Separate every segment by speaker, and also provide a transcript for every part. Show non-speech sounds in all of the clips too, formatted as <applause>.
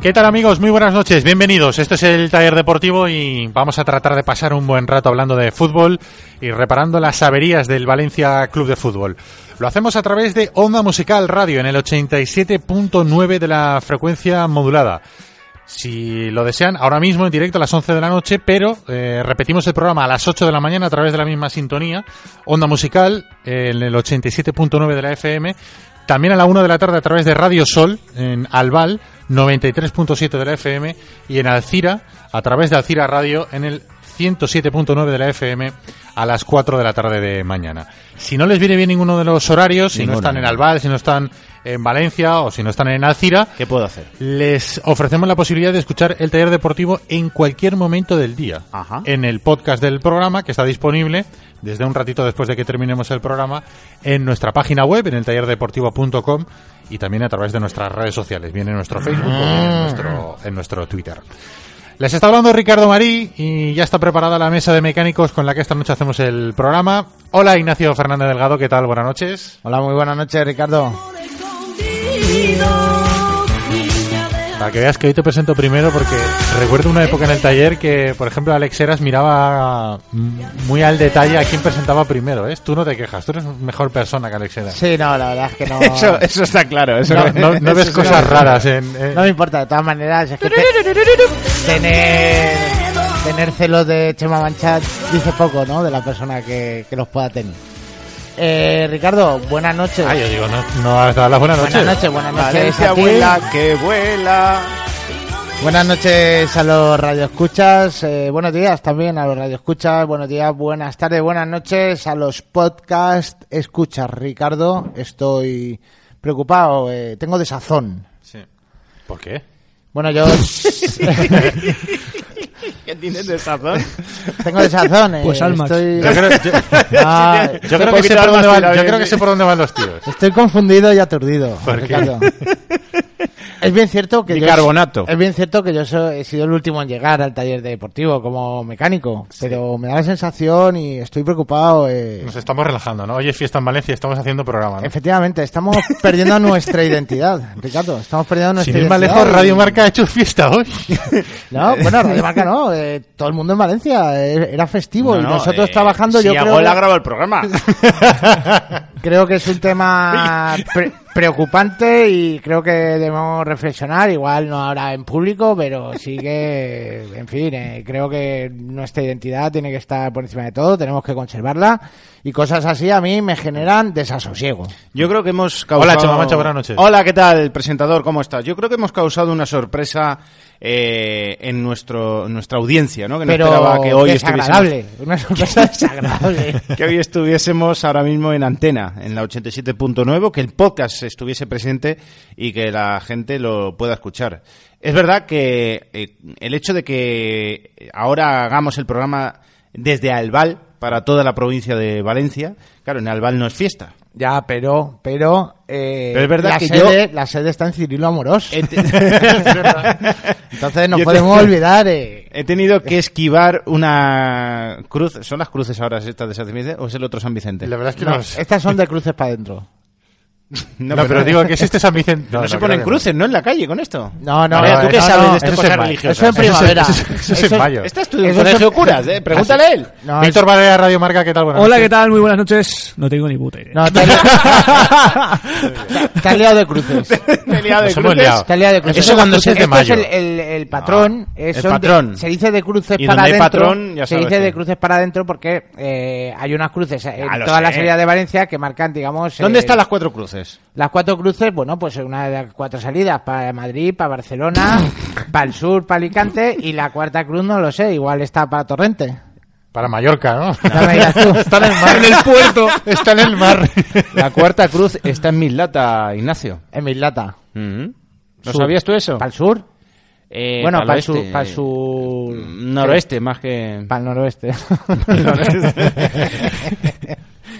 Speaker 1: ¿Qué tal amigos? Muy buenas noches, bienvenidos. Esto es el taller deportivo y vamos a tratar de pasar un buen rato hablando de fútbol y reparando las averías del Valencia Club de Fútbol. Lo hacemos a través de Onda Musical Radio en el 87.9 de la frecuencia modulada. Si lo desean, ahora mismo en directo a las 11 de la noche, pero eh, repetimos el programa a las 8 de la mañana a través de la misma sintonía, Onda Musical eh, en el 87.9 de la FM, también a la 1 de la tarde a través de Radio Sol en Albal 93.7 de la FM y en Alcira a través de Alcira Radio en el 107.9 de la FM a las 4 de la tarde de mañana. Si no les viene bien ninguno de los horarios, si
Speaker 2: Ninguno.
Speaker 1: no están en Albal, si no están en Valencia o si no están en Alcira,
Speaker 2: ¿Qué puedo hacer?
Speaker 1: les ofrecemos la posibilidad de escuchar el taller deportivo en cualquier momento del día.
Speaker 2: Ajá.
Speaker 1: En el podcast del programa, que está disponible desde un ratito después de que terminemos el programa, en nuestra página web, en el tallerdeportivo.com y también a través de nuestras redes sociales. Viene en nuestro Facebook o
Speaker 2: Ah.
Speaker 1: viene en nuestro, en nuestro Twitter. Les está hablando Ricardo Marí y ya está preparada la mesa de mecánicos con la que esta noche hacemos el programa. Hola Ignacio Fernández Delgado, ¿qué tal? Buenas noches.
Speaker 2: Hola, muy buenas noches, Ricardo.
Speaker 1: Para que veas que hoy te presento primero porque recuerdo una época en el taller que, por ejemplo, Alex Heras miraba mm, muy al detalle a quién presentaba primero. ¿eh? Tú no te quejas, tú eres mejor persona que Alex Heras.
Speaker 3: Sí, no, la verdad es que no.
Speaker 2: Eso, eso está claro. Eso
Speaker 1: Ah. No, no- no
Speaker 2: eso
Speaker 1: ves
Speaker 2: sí
Speaker 1: cosas
Speaker 2: me-
Speaker 1: raras. En, en-
Speaker 3: No me importa, de todas maneras, es que te- tener, tener celos de Chema Mancha dice poco, ¿no? De la persona que, que los pueda tener. Eh, Ricardo, buenas noches.
Speaker 1: Ah, yo digo, no, no has dado las buenas noches.
Speaker 3: buenas noches, buenas noches.
Speaker 2: Valencia
Speaker 3: a ti.
Speaker 2: vuela, que vuela.
Speaker 3: Buenas noches a los radioescuchas, eh, buenos días también a los radioescuchas, buenos días, buenas tardes, buenas noches a los podcast escuchas. Ricardo, estoy preocupado, eh, tengo desazón.
Speaker 1: ¿Por qué?
Speaker 3: Bueno, yo
Speaker 2: ¿Qué tienes de sazón?
Speaker 3: tengo desazón. eh,
Speaker 4: Pues Almax.
Speaker 3: estoy-
Speaker 1: Yo creo, yo-
Speaker 2: <laughs>
Speaker 3: Ah,
Speaker 1: <laughs> yo creo que,
Speaker 2: Un poquito
Speaker 1: Pues sé por, dónde
Speaker 2: más
Speaker 1: van,
Speaker 2: tirado,
Speaker 1: yo
Speaker 2: yo
Speaker 1: creo que
Speaker 2: sí.
Speaker 1: sé por dónde van los tiros.
Speaker 3: Estoy confundido y aturdido.
Speaker 1: ¿Por qué? <laughs>
Speaker 3: Ricardo. Es bien cierto que yo-
Speaker 2: Bicarbonato.
Speaker 3: es bien cierto que yo so- he sido el último en llegar al taller de deportivo como mecánico, pero me da la sensación y estoy preocupado. eh,
Speaker 1: Nos estamos relajando, ¿no? Hoy es fiesta en Valencia, estamos haciendo programa. ¿no?
Speaker 3: Efectivamente, estamos perdiendo nuestra identidad, Ricardo. Estamos perdiendo nuestra
Speaker 1: Sin ir más
Speaker 3: identidad.
Speaker 1: lejos, Radio Marca ha hecho fiesta
Speaker 3: <laughs>
Speaker 1: hoy.
Speaker 3: No, bueno,
Speaker 2: <laughs>
Speaker 3: Radio Marca no. eh, todo el mundo en Valencia eh, era festivo y
Speaker 2: No, no,
Speaker 3: nosotros
Speaker 2: eh,
Speaker 3: trabajando.
Speaker 2: si
Speaker 3: yo
Speaker 2: hago
Speaker 3: creo,
Speaker 2: la grabo
Speaker 3: <laughs>
Speaker 2: el programa.
Speaker 3: creo que es un
Speaker 2: <laughs>
Speaker 3: tema pre- preocupante y creo que debemos reflexionar. Igual no ahora en público, pero sí que, en fin, eh, creo que nuestra identidad tiene que estar por encima de todo. Tenemos que conservarla y cosas así a mí me generan desasosiego.
Speaker 2: Yo creo que hemos causado...
Speaker 1: Hola, Chema Mancha, buenas noches.
Speaker 2: Hola, ¿qué tal, presentador? ¿Cómo estás? Yo creo que hemos causado una sorpresa eh, en nuestro en nuestra audiencia, ¿no? Que no
Speaker 3: Pero
Speaker 2: esperaba que hoy estuviésemos...
Speaker 3: desagradable, una
Speaker 2: <laughs>
Speaker 3: sorpresa desagradable.
Speaker 2: Que hoy estuviésemos ahora mismo en antena, en la 87.9, que el podcast Félix estuviese presente y que la gente lo pueda escuchar. Es verdad que eh, el hecho de que ahora hagamos el programa desde Albal para toda la provincia de Valencia, claro, en Albal no es fiesta.
Speaker 3: Ya, pero, pero, eh,
Speaker 2: Pero es verdad
Speaker 3: la,
Speaker 2: que Eh,
Speaker 3: sede, la sede está en Cirilo Amorós.
Speaker 2: Ent-
Speaker 1: <laughs>
Speaker 3: Entonces no
Speaker 2: Yo te-
Speaker 3: podemos olvidar. eh.
Speaker 2: He tenido que esquivar una cruz. ¿Son las cruces ahora estas de San Vicente o es el otro San
Speaker 1: <laughs>
Speaker 2: Vicente?
Speaker 1: La verdad es que
Speaker 3: No,
Speaker 1: no, es-
Speaker 3: estas son de cruces para adentro.
Speaker 2: No,
Speaker 1: no, pero digo que es este San Vicente.
Speaker 2: No, se
Speaker 1: creo
Speaker 2: ponen
Speaker 1: que
Speaker 2: cruces, ¿no? En la calle con esto.
Speaker 3: No, no,
Speaker 2: Vale,
Speaker 3: no,
Speaker 2: ¿tú qué
Speaker 3: no,
Speaker 2: sabes
Speaker 3: no,
Speaker 2: de este estas
Speaker 3: eso
Speaker 2: cosas
Speaker 3: es-
Speaker 2: religiosas?
Speaker 3: Eso es en
Speaker 1: Eso es-
Speaker 3: primavera.
Speaker 1: eso es- eso es en mayo.
Speaker 2: Este estudio
Speaker 3: Eso
Speaker 2: en colegio
Speaker 3: es-
Speaker 2: curas, ¿eh? Pregúntale <laughs> a él.
Speaker 3: No,
Speaker 1: No. Víctor Varela, Radio Marca, ¿qué tal? Buenas
Speaker 4: Hola,
Speaker 1: noches.
Speaker 4: ¿qué tal? Muy buenas noches. No tengo ni puta idea.
Speaker 3: No, te,
Speaker 2: <laughs>
Speaker 3: has li- te- te has liado de cruces.
Speaker 2: Me he liado de
Speaker 1: Nos hemos
Speaker 2: cruces.
Speaker 1: liado.
Speaker 3: Te has liado de cruces.
Speaker 1: Eso cuando es el de
Speaker 3: Esto
Speaker 1: mayo.
Speaker 3: el, el- el patrón.
Speaker 2: No,
Speaker 3: eh,
Speaker 2: Ah, el
Speaker 3: son de-
Speaker 2: patrón.
Speaker 3: se dice de cruces
Speaker 2: Y
Speaker 3: para
Speaker 2: donde hay
Speaker 3: adentro.
Speaker 2: patrón, ya
Speaker 3: se
Speaker 2: sabes
Speaker 3: dice
Speaker 2: que-
Speaker 3: de cruces para adentro porque eh, hay unas cruces en
Speaker 2: Ya lo
Speaker 3: todas
Speaker 2: sé.
Speaker 3: las salidas de Valencia que marcan, digamos.
Speaker 2: ¿Dónde
Speaker 3: eh,
Speaker 2: están las cuatro cruces?
Speaker 3: Las cuatro cruces, bueno, pues una de las cuatro salidas, para Madrid, para Barcelona, para el sur, para Alicante, y la cuarta cruz no lo sé, igual está para Torrente.
Speaker 1: Para Mallorca, ¿no?
Speaker 3: <laughs> Ya me
Speaker 1: <laughs>
Speaker 3: dirás tú.
Speaker 1: Está en el
Speaker 2: <laughs>
Speaker 1: mar. en el puerto. Está en el mar.
Speaker 2: La cuarta cruz está en Mislata, Ignacio.
Speaker 3: En Mislata.
Speaker 2: ¿No sabías tú eso? Eh,
Speaker 3: ¿Para el sur? eh, bueno,
Speaker 2: pa'l
Speaker 3: para el sur,
Speaker 2: oeste. eh,
Speaker 3: para el sur...
Speaker 2: Noroeste, más que...
Speaker 3: Para el noroeste. <laughs>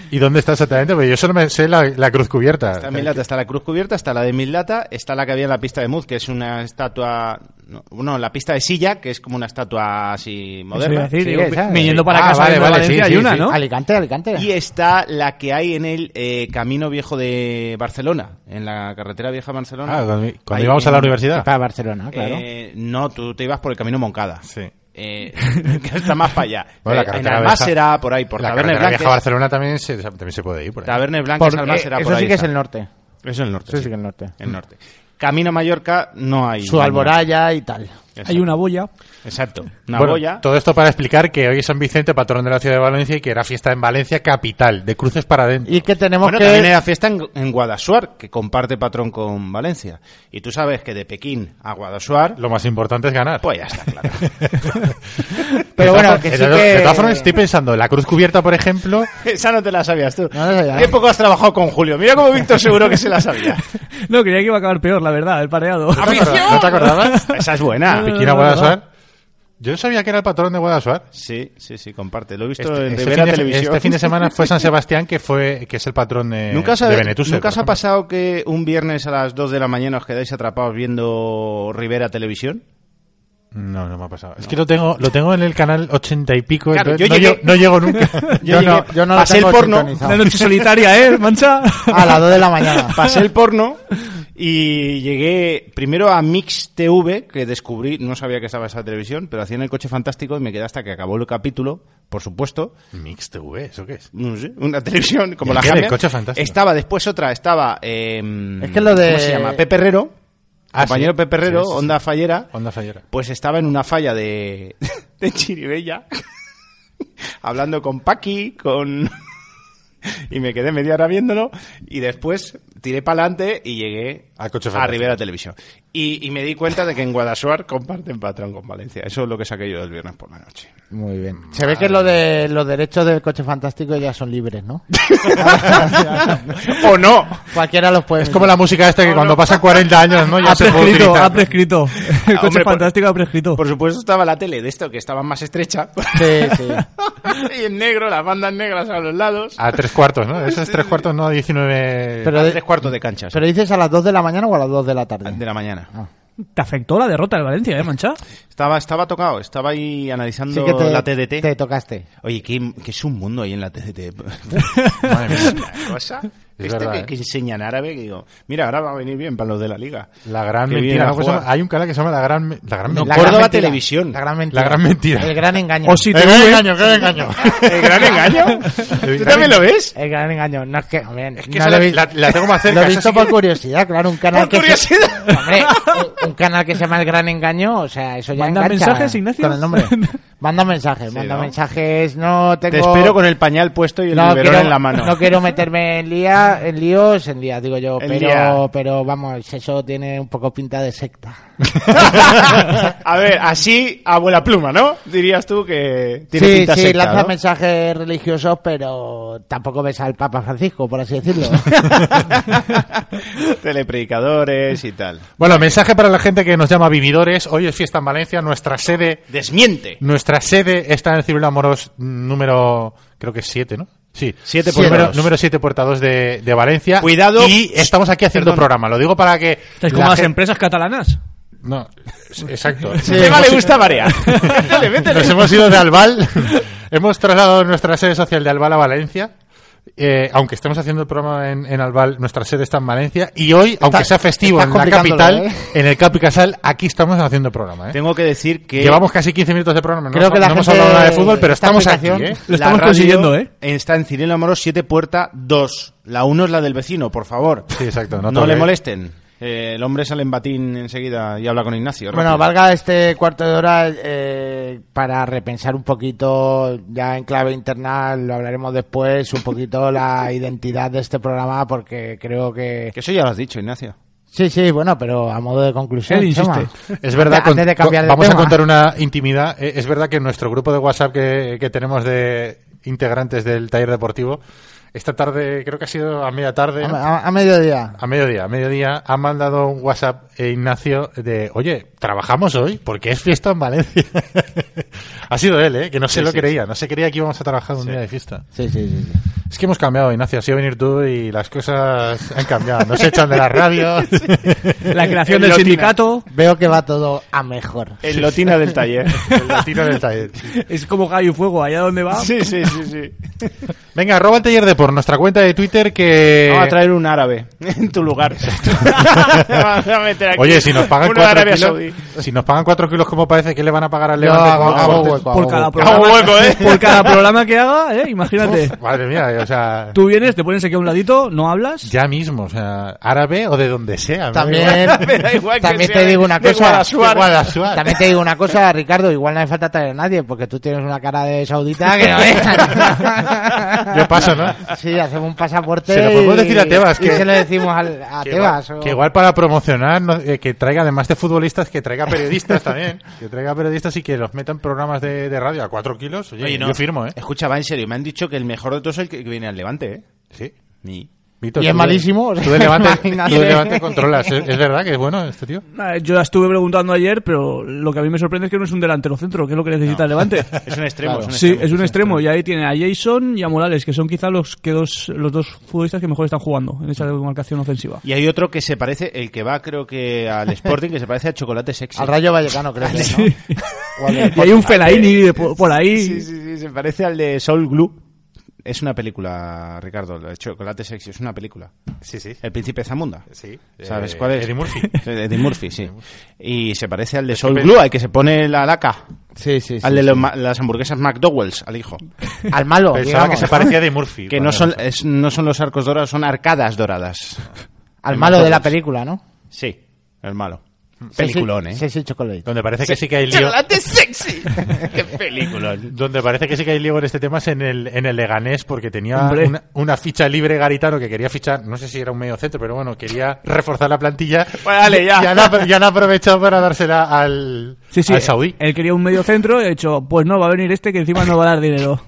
Speaker 1: ¿Y dónde está exactamente? Porque yo solo me sé la, la cruz cubierta.
Speaker 2: Está en Mislata, está la cruz cubierta, está la de Mislata, está la que había en la pista de Muz, que es una estatua... No, no, la pista de Silla, que es como una estatua
Speaker 4: Eso
Speaker 2: así
Speaker 4: iba a
Speaker 2: moderna.
Speaker 4: decir,
Speaker 3: Sí,
Speaker 4: digo,
Speaker 3: esa,
Speaker 4: me
Speaker 3: eh.
Speaker 4: yendo para
Speaker 1: Ah,
Speaker 4: casa
Speaker 1: vale,
Speaker 4: de
Speaker 1: vale,
Speaker 4: Valencia
Speaker 1: sí,
Speaker 4: hay
Speaker 1: sí,
Speaker 4: una,
Speaker 1: sí.
Speaker 4: ¿no?
Speaker 3: Alicante, Alicante.
Speaker 2: Y está la que hay en el eh, Camino Viejo de Barcelona, en la carretera vieja de Barcelona.
Speaker 1: Ah, cuando, cuando
Speaker 2: Ahí
Speaker 1: íbamos a
Speaker 2: en-
Speaker 1: la universidad.
Speaker 3: Ah, Para Barcelona, claro.
Speaker 2: Eh, no, tú te ibas por el Camino Moncada.
Speaker 1: Sí.
Speaker 2: Eh, <laughs> que está más
Speaker 3: <laughs>
Speaker 2: para allá.
Speaker 1: Bueno, la
Speaker 2: Eh, en
Speaker 1: carretera
Speaker 2: Almásera,
Speaker 1: vieja-
Speaker 2: por ahí, por
Speaker 1: la
Speaker 2: Tabernes
Speaker 1: carretera vieja a
Speaker 2: Blancas.
Speaker 1: Barcelona también se, también se puede ir por ahí.
Speaker 2: Tabernes Blancas,
Speaker 3: Por-
Speaker 2: Almásera,
Speaker 3: eh,
Speaker 2: por
Speaker 3: eso
Speaker 2: ahí
Speaker 3: sí que es
Speaker 2: está.
Speaker 3: el norte.
Speaker 2: Eso es el norte.
Speaker 3: Eso sí
Speaker 2: sí.
Speaker 3: que es el norte.
Speaker 2: El norte. Camino a Mallorca no hay.
Speaker 3: Su alboraya y tal.
Speaker 2: Exacto.
Speaker 4: Hay una boya.
Speaker 2: Exacto. Una
Speaker 1: Bueno,
Speaker 2: boya.
Speaker 1: todo esto para explicar que hoy es San Vicente, patrón de la ciudad de Valencia, y que era fiesta en Valencia capital, de cruces para adentro.
Speaker 3: Y que tenemos
Speaker 2: Bueno,
Speaker 3: que...
Speaker 2: también era fiesta en, en Guadasuar, que comparte patrón con Valencia. Y tú sabes que de Pekín a Guadasuar,
Speaker 1: Lo más importante es ganar.
Speaker 2: pues ya está
Speaker 3: <laughs>
Speaker 2: claro.
Speaker 3: Pero
Speaker 1: De todas
Speaker 3: bueno,
Speaker 1: for-
Speaker 3: que
Speaker 1: de
Speaker 3: sí
Speaker 1: todas-
Speaker 3: que-
Speaker 1: De todas formas, estoy pensando, la cruz cubierta, por ejemplo,
Speaker 2: Esa no te la sabías tú.
Speaker 3: No, no sabía.
Speaker 2: Qué poco has trabajado con Julio. Mira cómo Víctor seguro que se la
Speaker 3: <laughs>
Speaker 2: sabía.
Speaker 4: No, creía que iba a acabar peor, la verdad, el pareado.
Speaker 1: ¿no te acordabas?
Speaker 2: Esa es buena.
Speaker 1: Piquín a Guadalajara. Yo sabía que era el patrón de Guadalajara.
Speaker 2: Sí, sí, sí, comparte. Lo he visto
Speaker 1: Este,
Speaker 2: en
Speaker 1: este
Speaker 2: de
Speaker 1: fin
Speaker 2: Vera
Speaker 1: de-
Speaker 2: Televisión.
Speaker 1: este fin de semana fue San Sebastián, que fue que es el patrón de,
Speaker 2: <laughs> ¿Nunca os
Speaker 1: de
Speaker 2: ha,
Speaker 1: Benetúser,
Speaker 2: ¿nunca
Speaker 1: por
Speaker 2: os ha
Speaker 1: ejemplo.
Speaker 2: pasado que un viernes a las 2 de la mañana os quedáis atrapados viendo Rivera Televisión?
Speaker 1: No, no me ha pasado. Es que lo tengo, lo tengo en el canal ochenta y pico,
Speaker 2: Claro,
Speaker 1: entonces
Speaker 2: yo llegué-
Speaker 1: no, llego, no llego nunca.
Speaker 3: Yo,
Speaker 2: llegué-
Speaker 3: no, yo no lo
Speaker 2: pasé el
Speaker 3: tengo
Speaker 2: porno.
Speaker 3: sintonizado.
Speaker 4: Una noche solitaria, ¿eh, mancha?
Speaker 3: A las 2 de la mañana.
Speaker 2: Pasé el porno y llegué primero a Mix TV, que descubrí, no sabía que estaba esa televisión, pero hacían el coche fantástico y me quedé hasta que acabó el capítulo, por supuesto.
Speaker 1: Mix TV, ¿eso qué es?
Speaker 2: No sé, una <laughs> televisión como
Speaker 1: ¿Y
Speaker 2: la
Speaker 1: qué era?
Speaker 2: Hammer.
Speaker 1: El coche fantástico.
Speaker 2: Estaba después otra, estaba. eh,
Speaker 3: Es que lo de-
Speaker 2: ¿Cómo se llama? Pepe Herrero.
Speaker 1: Ah,
Speaker 2: compañero
Speaker 1: sí.
Speaker 2: Pepe Herrero,
Speaker 1: Sí, sí, sí.
Speaker 2: Onda Fallera.
Speaker 1: Onda Fallera.
Speaker 2: Pues estaba en una falla de, <laughs> de Chiribella, <laughs> hablando con Paqui, con... <laughs> y me quedé media hora viéndolo, y después tiré para adelante y llegué
Speaker 1: Al coche
Speaker 2: a
Speaker 1: fantástico.
Speaker 2: Rivera Televisión. Y, y me di cuenta de que en Guadasuar comparten patrón con Valencia. Eso es lo que saqué yo del viernes por la noche.
Speaker 4: <laughs>
Speaker 3: Muy bien. Se ve que lo de los derechos del coche fantástico ya son libres, ¿no?
Speaker 2: ¡O no!
Speaker 3: Cualquiera los puede.
Speaker 1: Es como la música esta que cuando pasan 40 años, ¿no? Ya
Speaker 4: ha
Speaker 1: se puede
Speaker 4: prescrito,
Speaker 1: utilizar.
Speaker 4: ha prescrito. <laughs> El
Speaker 2: Ah,
Speaker 4: coche
Speaker 2: hombre, por-
Speaker 4: fantástico ha prescrito.
Speaker 2: Por supuesto estaba la tele de esto, que estaba más estrecha.
Speaker 3: Sí, sí.
Speaker 2: <laughs> y en negro, las bandas negras a los lados.
Speaker 1: A tres cuartos, ¿no? Esos tres cuartos, no, 19...
Speaker 3: Pero-
Speaker 2: a
Speaker 3: de-
Speaker 2: tres cuartos de canchas.
Speaker 3: ¿Pero dices a las 2 de la mañana o a las 2 de la
Speaker 2: De
Speaker 3: tarde?
Speaker 2: la mañana.
Speaker 4: ¿Te afectó la derrota del Valencia, eh,
Speaker 1: <laughs>
Speaker 4: mancha?
Speaker 2: Estaba, estaba tocado, estaba ahí analizando
Speaker 3: Sí que te,
Speaker 2: la TDT.
Speaker 3: te tocaste.
Speaker 2: Oye, ¿qué, qué es un mundo ahí en la TDT?
Speaker 1: Madre mía.
Speaker 2: Una cosa.
Speaker 1: Es
Speaker 2: Esto
Speaker 1: verdad,
Speaker 2: que,
Speaker 1: ¿eh?
Speaker 2: que enseña en árabe, que digo, mira, ahora va a venir bien para los de la liga.
Speaker 1: La gran
Speaker 2: Que vienen
Speaker 1: mentira.
Speaker 2: a
Speaker 1: ¿no? Pues
Speaker 2: jugar.
Speaker 1: Hay un canal que se llama La Gran, Me- la gran
Speaker 2: No,
Speaker 1: Mentira.
Speaker 2: Córdoba
Speaker 3: mentira.
Speaker 2: Televisión.
Speaker 3: La gran mentira.
Speaker 1: La gran mentira.
Speaker 3: El gran engaño.
Speaker 4: O si
Speaker 1: ¡Eh,
Speaker 4: te
Speaker 1: gran engaño, gran engaño!
Speaker 2: ¿El gran engaño? ¿Tú también lo ves?
Speaker 3: El gran engaño. No es que, hombre,
Speaker 1: que
Speaker 3: no
Speaker 1: esa
Speaker 3: lo he
Speaker 1: la-
Speaker 3: visto.
Speaker 1: la- la tengo más cerca,
Speaker 3: Lo he
Speaker 1: esa
Speaker 3: visto
Speaker 1: sí
Speaker 3: por
Speaker 1: que-
Speaker 3: curiosidad, claro. Un canal
Speaker 2: Por
Speaker 3: que. se- <laughs>
Speaker 2: curiosidad. <laughs>
Speaker 3: Hombre, un- un canal que se llama El Gran Engaño, o sea, eso ya
Speaker 4: ¿Manda
Speaker 3: engancha
Speaker 4: mensajes, Ignacio?
Speaker 3: Con
Speaker 4: <laughs>
Speaker 3: el nombre. Manda mensajes,
Speaker 2: Sí,
Speaker 3: manda
Speaker 2: ¿no?
Speaker 3: mensajes. No tengo.
Speaker 2: Te espero con el pañal puesto y el biberón en la mano.
Speaker 3: no quiero meterme en lía, líos, en líos, en días, digo yo.
Speaker 2: En
Speaker 3: Pero,
Speaker 2: día.
Speaker 3: pero vamos, eso tiene un poco pinta de secta.
Speaker 2: <laughs> a ver, así, abuela pluma, ¿no? Dirías tú que tiene
Speaker 3: sí,
Speaker 2: pinta
Speaker 3: sí,
Speaker 2: secta,
Speaker 3: lanza
Speaker 2: ¿no?
Speaker 3: mensajes religiosos, pero tampoco ves al Papa Francisco, por así
Speaker 2: <laughs>
Speaker 3: decirlo.
Speaker 2: Telepredicadores y tal.
Speaker 1: Bueno, mensaje para la gente que nos llama vividores. Hoy es fiesta en Valencia, nuestra sede,
Speaker 2: Desmiente.
Speaker 1: nuestra sede está en el Cirilo Amoros mm, número, creo que es 7, ¿no? Sí,
Speaker 2: Siete
Speaker 1: Número-
Speaker 2: puerta dos.
Speaker 1: Número 7, puerta 2 de, de Valencia.
Speaker 2: Cuidado.
Speaker 1: Y estamos aquí haciendo
Speaker 2: Perdón.
Speaker 1: programa. Lo digo para que.
Speaker 4: Estáis como
Speaker 1: la
Speaker 4: las
Speaker 1: gen-
Speaker 4: empresas catalanas.
Speaker 1: No, s- exacto.
Speaker 2: A Eva le gusta variar. métele, métele.
Speaker 1: Nos hemos ido de Albal, <laughs> hemos trasladado nuestra sede social de Albal a Valencia. Eh, aunque estemos haciendo el programa en, en Albal, nuestra sede está en Valencia. Y hoy, aunque sea festivo
Speaker 3: estás
Speaker 1: en la
Speaker 3: complicándolo,
Speaker 1: capital,
Speaker 3: ¿eh?
Speaker 1: en el Capi Casal, aquí estamos haciendo programa. ¿eh?
Speaker 2: Tengo que decir que...
Speaker 1: Llevamos casi 15 minutos de programa. No,
Speaker 3: Creo que la
Speaker 1: no hemos
Speaker 3: gente-
Speaker 1: hablado nada de fútbol, pero
Speaker 3: esta
Speaker 1: estamos aquí.
Speaker 3: aplicación-
Speaker 1: ¿eh?
Speaker 4: Lo
Speaker 2: La
Speaker 4: estamos
Speaker 2: radio
Speaker 4: consiguiendo, ¿eh?
Speaker 2: Está en Cirilo Amorós 7 Puerta 2. La 1 es la del vecino, por favor.
Speaker 1: Sí, exacto.
Speaker 2: No,
Speaker 1: No, toque.
Speaker 2: le molesten. Eh, el hombre sale en batín enseguida y habla con Ignacio.
Speaker 3: bueno,
Speaker 2: rápido.
Speaker 3: valga este cuarto de hora eh, para repensar un poquito, ya en clave interna, lo hablaremos después, un poquito la identidad de este programa, porque creo que...
Speaker 2: Que eso ya lo has dicho, Ignacio.
Speaker 3: Sí, sí, bueno, pero a modo de conclusión.
Speaker 4: Él insiste.
Speaker 3: Chema. <laughs>
Speaker 1: Es verdad,
Speaker 3: Antes
Speaker 1: con-
Speaker 3: de
Speaker 1: con-
Speaker 3: cambiar de
Speaker 1: vamos
Speaker 3: tema.
Speaker 1: a contar una intimidad. Eh, Es verdad que en nuestro grupo de WhatsApp que, que tenemos de integrantes del taller deportivo, esta tarde, creo que ha sido a media tarde. ¿no?
Speaker 3: A, a- a mediodía.
Speaker 1: A mediodía, a mediodía, han mandado un WhatsApp eh, Ignacio de, oye, ¿trabajamos hoy? Porque es fiesta en Valencia. <laughs> ha sido él, ¿eh? Que no se
Speaker 2: Sí,
Speaker 1: lo
Speaker 2: sí,
Speaker 1: creía, no se creía que íbamos a trabajar un día de fiesta.
Speaker 3: Sí, sí, sí. sí.
Speaker 1: Es que hemos cambiado, Ignacio, has ido a venir tú y las cosas han cambiado. Nos echan de la radio.
Speaker 2: <laughs>
Speaker 4: La creación del
Speaker 2: Lotina. <laughs>
Speaker 4: sindicato.
Speaker 3: Veo que va todo a mejor.
Speaker 2: El lotina del taller.
Speaker 1: <laughs> El latino del taller.
Speaker 4: Es como gallo y fuego, allá donde va.
Speaker 2: <laughs> sí, sí, sí, sí.
Speaker 1: Eh, Venga, arroba el taller de por nuestra cuenta de Twitter que...
Speaker 2: Vamos
Speaker 1: <laughs>
Speaker 2: a traer un árabe en tu lugar. <laughs> Vamos a meter aquí
Speaker 1: Oye, si nos pagan
Speaker 2: uno de
Speaker 1: cuatro
Speaker 2: Arabia
Speaker 1: kilos,
Speaker 2: Saudí.
Speaker 1: si nos pagan cuatro kilos como parece, ¿qué le van a pagar al
Speaker 3: Yo
Speaker 1: Levante? Ah,
Speaker 3: hago,
Speaker 1: como
Speaker 3: hago
Speaker 1: aporte?
Speaker 3: hueco.
Speaker 4: Por
Speaker 3: hago
Speaker 4: cada,
Speaker 3: hueco.
Speaker 2: Hago
Speaker 4: programa, <laughs>
Speaker 2: hueco, ¿eh?
Speaker 4: por cada programa que haga, ¿eh? imagínate.
Speaker 1: Madre mía, eh, o sea...
Speaker 4: Tú vienes, te pones aquí a un ladito, no hablas.
Speaker 1: Ya mismo, o sea, árabe o de donde sea. me da
Speaker 3: También,
Speaker 1: igual.
Speaker 2: Me da igual que
Speaker 3: también
Speaker 2: sea
Speaker 3: te
Speaker 2: de-
Speaker 3: digo una
Speaker 2: de
Speaker 3: cosa.
Speaker 2: Guadasuar.
Speaker 1: Guadasuar.
Speaker 3: También te digo una cosa, Ricardo. Igual no hace falta traer a nadie, porque tú tienes una cara de saudita que no es.
Speaker 1: Yo paso, ¿no?
Speaker 3: Sí, hacemos un pasaporte.
Speaker 1: Se lo podemos
Speaker 3: y-
Speaker 1: decir a Tebas,
Speaker 3: y
Speaker 1: que-
Speaker 3: se lo decimos al- a
Speaker 1: Que
Speaker 3: Tebas.
Speaker 1: igual,
Speaker 3: o-
Speaker 1: que igual para promocionar, no- eh, que traiga además de futbolistas, que traiga periodistas también. <laughs> Que traiga periodistas y que los metan programas de, de radio a cuatro kilos. Oye,
Speaker 2: Oye, no.
Speaker 1: yo firmo, ¿eh?
Speaker 2: Escucha, va en serio. Me han dicho que el mejor de todos es el que que viene al Levante, ¿eh?
Speaker 1: Sí.
Speaker 2: Ni-
Speaker 1: Víctor,
Speaker 3: Y es
Speaker 1: tú de-
Speaker 3: malísimo, o sea,
Speaker 1: Tú de levante,
Speaker 3: imagínate.
Speaker 1: tú de Levante controlas. ¿Es, es verdad que es bueno este tío?
Speaker 4: Ah, Yo ya estuve preguntando ayer, pero lo que a mí me sorprende es que no es un delantero centro, que es lo que necesita el Levante.
Speaker 2: <laughs> Es un extremo.
Speaker 3: Claro.
Speaker 2: es un
Speaker 4: Sí,
Speaker 2: extremo.
Speaker 4: es un extremo. Y ahí tiene a Jason y a Morales, que son quizá los, que dos, los dos futbolistas que mejor están jugando en esa demarcación ofensiva.
Speaker 2: Y hay otro que se parece, el que va creo que al Sporting, que se parece a Chocolate Sexy.
Speaker 3: Al Rayo Vallecano, creo que ¿no?
Speaker 4: Sí.
Speaker 3: O al-
Speaker 4: Y hay un Fellaini de por, por ahí.
Speaker 2: Sí, sí, sí, se parece al de Soul Glue. Es una película, Ricardo, lo de Chocolate Sexy, es una película.
Speaker 1: Sí, sí.
Speaker 2: El Príncipe Zamunda.
Speaker 1: Sí.
Speaker 2: Eh, ¿Sabes
Speaker 1: Eh,
Speaker 2: cuál es?
Speaker 1: Eddie Murphy.
Speaker 2: <laughs> Sí, Eddie Murphy, sí. Y se parece al de Soul Glue, al que se pone la laca.
Speaker 3: Sí, sí, sí.
Speaker 2: Al de los ma- las hamburguesas McDowell's, al hijo.
Speaker 3: Al malo.
Speaker 1: Pensaba que
Speaker 3: digamos.
Speaker 1: se parecía a Eddie Murphy.
Speaker 2: Que no
Speaker 1: Vale,
Speaker 2: son,
Speaker 1: vale.
Speaker 2: es- no son los arcos dorados, son arcadas doradas.
Speaker 3: Al malo de la película, ¿no?
Speaker 2: Sí, el malo.
Speaker 3: Sí, sí.
Speaker 2: Peliculón, ¿eh?
Speaker 3: Sí, sí, chocolate.
Speaker 1: Donde parece que sí que hay lío.
Speaker 2: ¡Chocolate Sexy! <laughs> ¡Qué peliculón!
Speaker 1: Donde parece que sí que hay lío en este tema es en el, en el Leganés, porque tenía
Speaker 4: Hombre.
Speaker 1: una, una ficha libre Garitano que quería fichar, no sé si era un medio centro, pero bueno, quería reforzar la plantilla.
Speaker 2: Pues dale, ya.
Speaker 1: Y han, apro- y han aprovechado para dársela al,
Speaker 4: Sí, sí,
Speaker 1: al saudí.
Speaker 4: Él quería un medio centro y ha dicho, pues no, va a venir este que encima no va a dar dinero.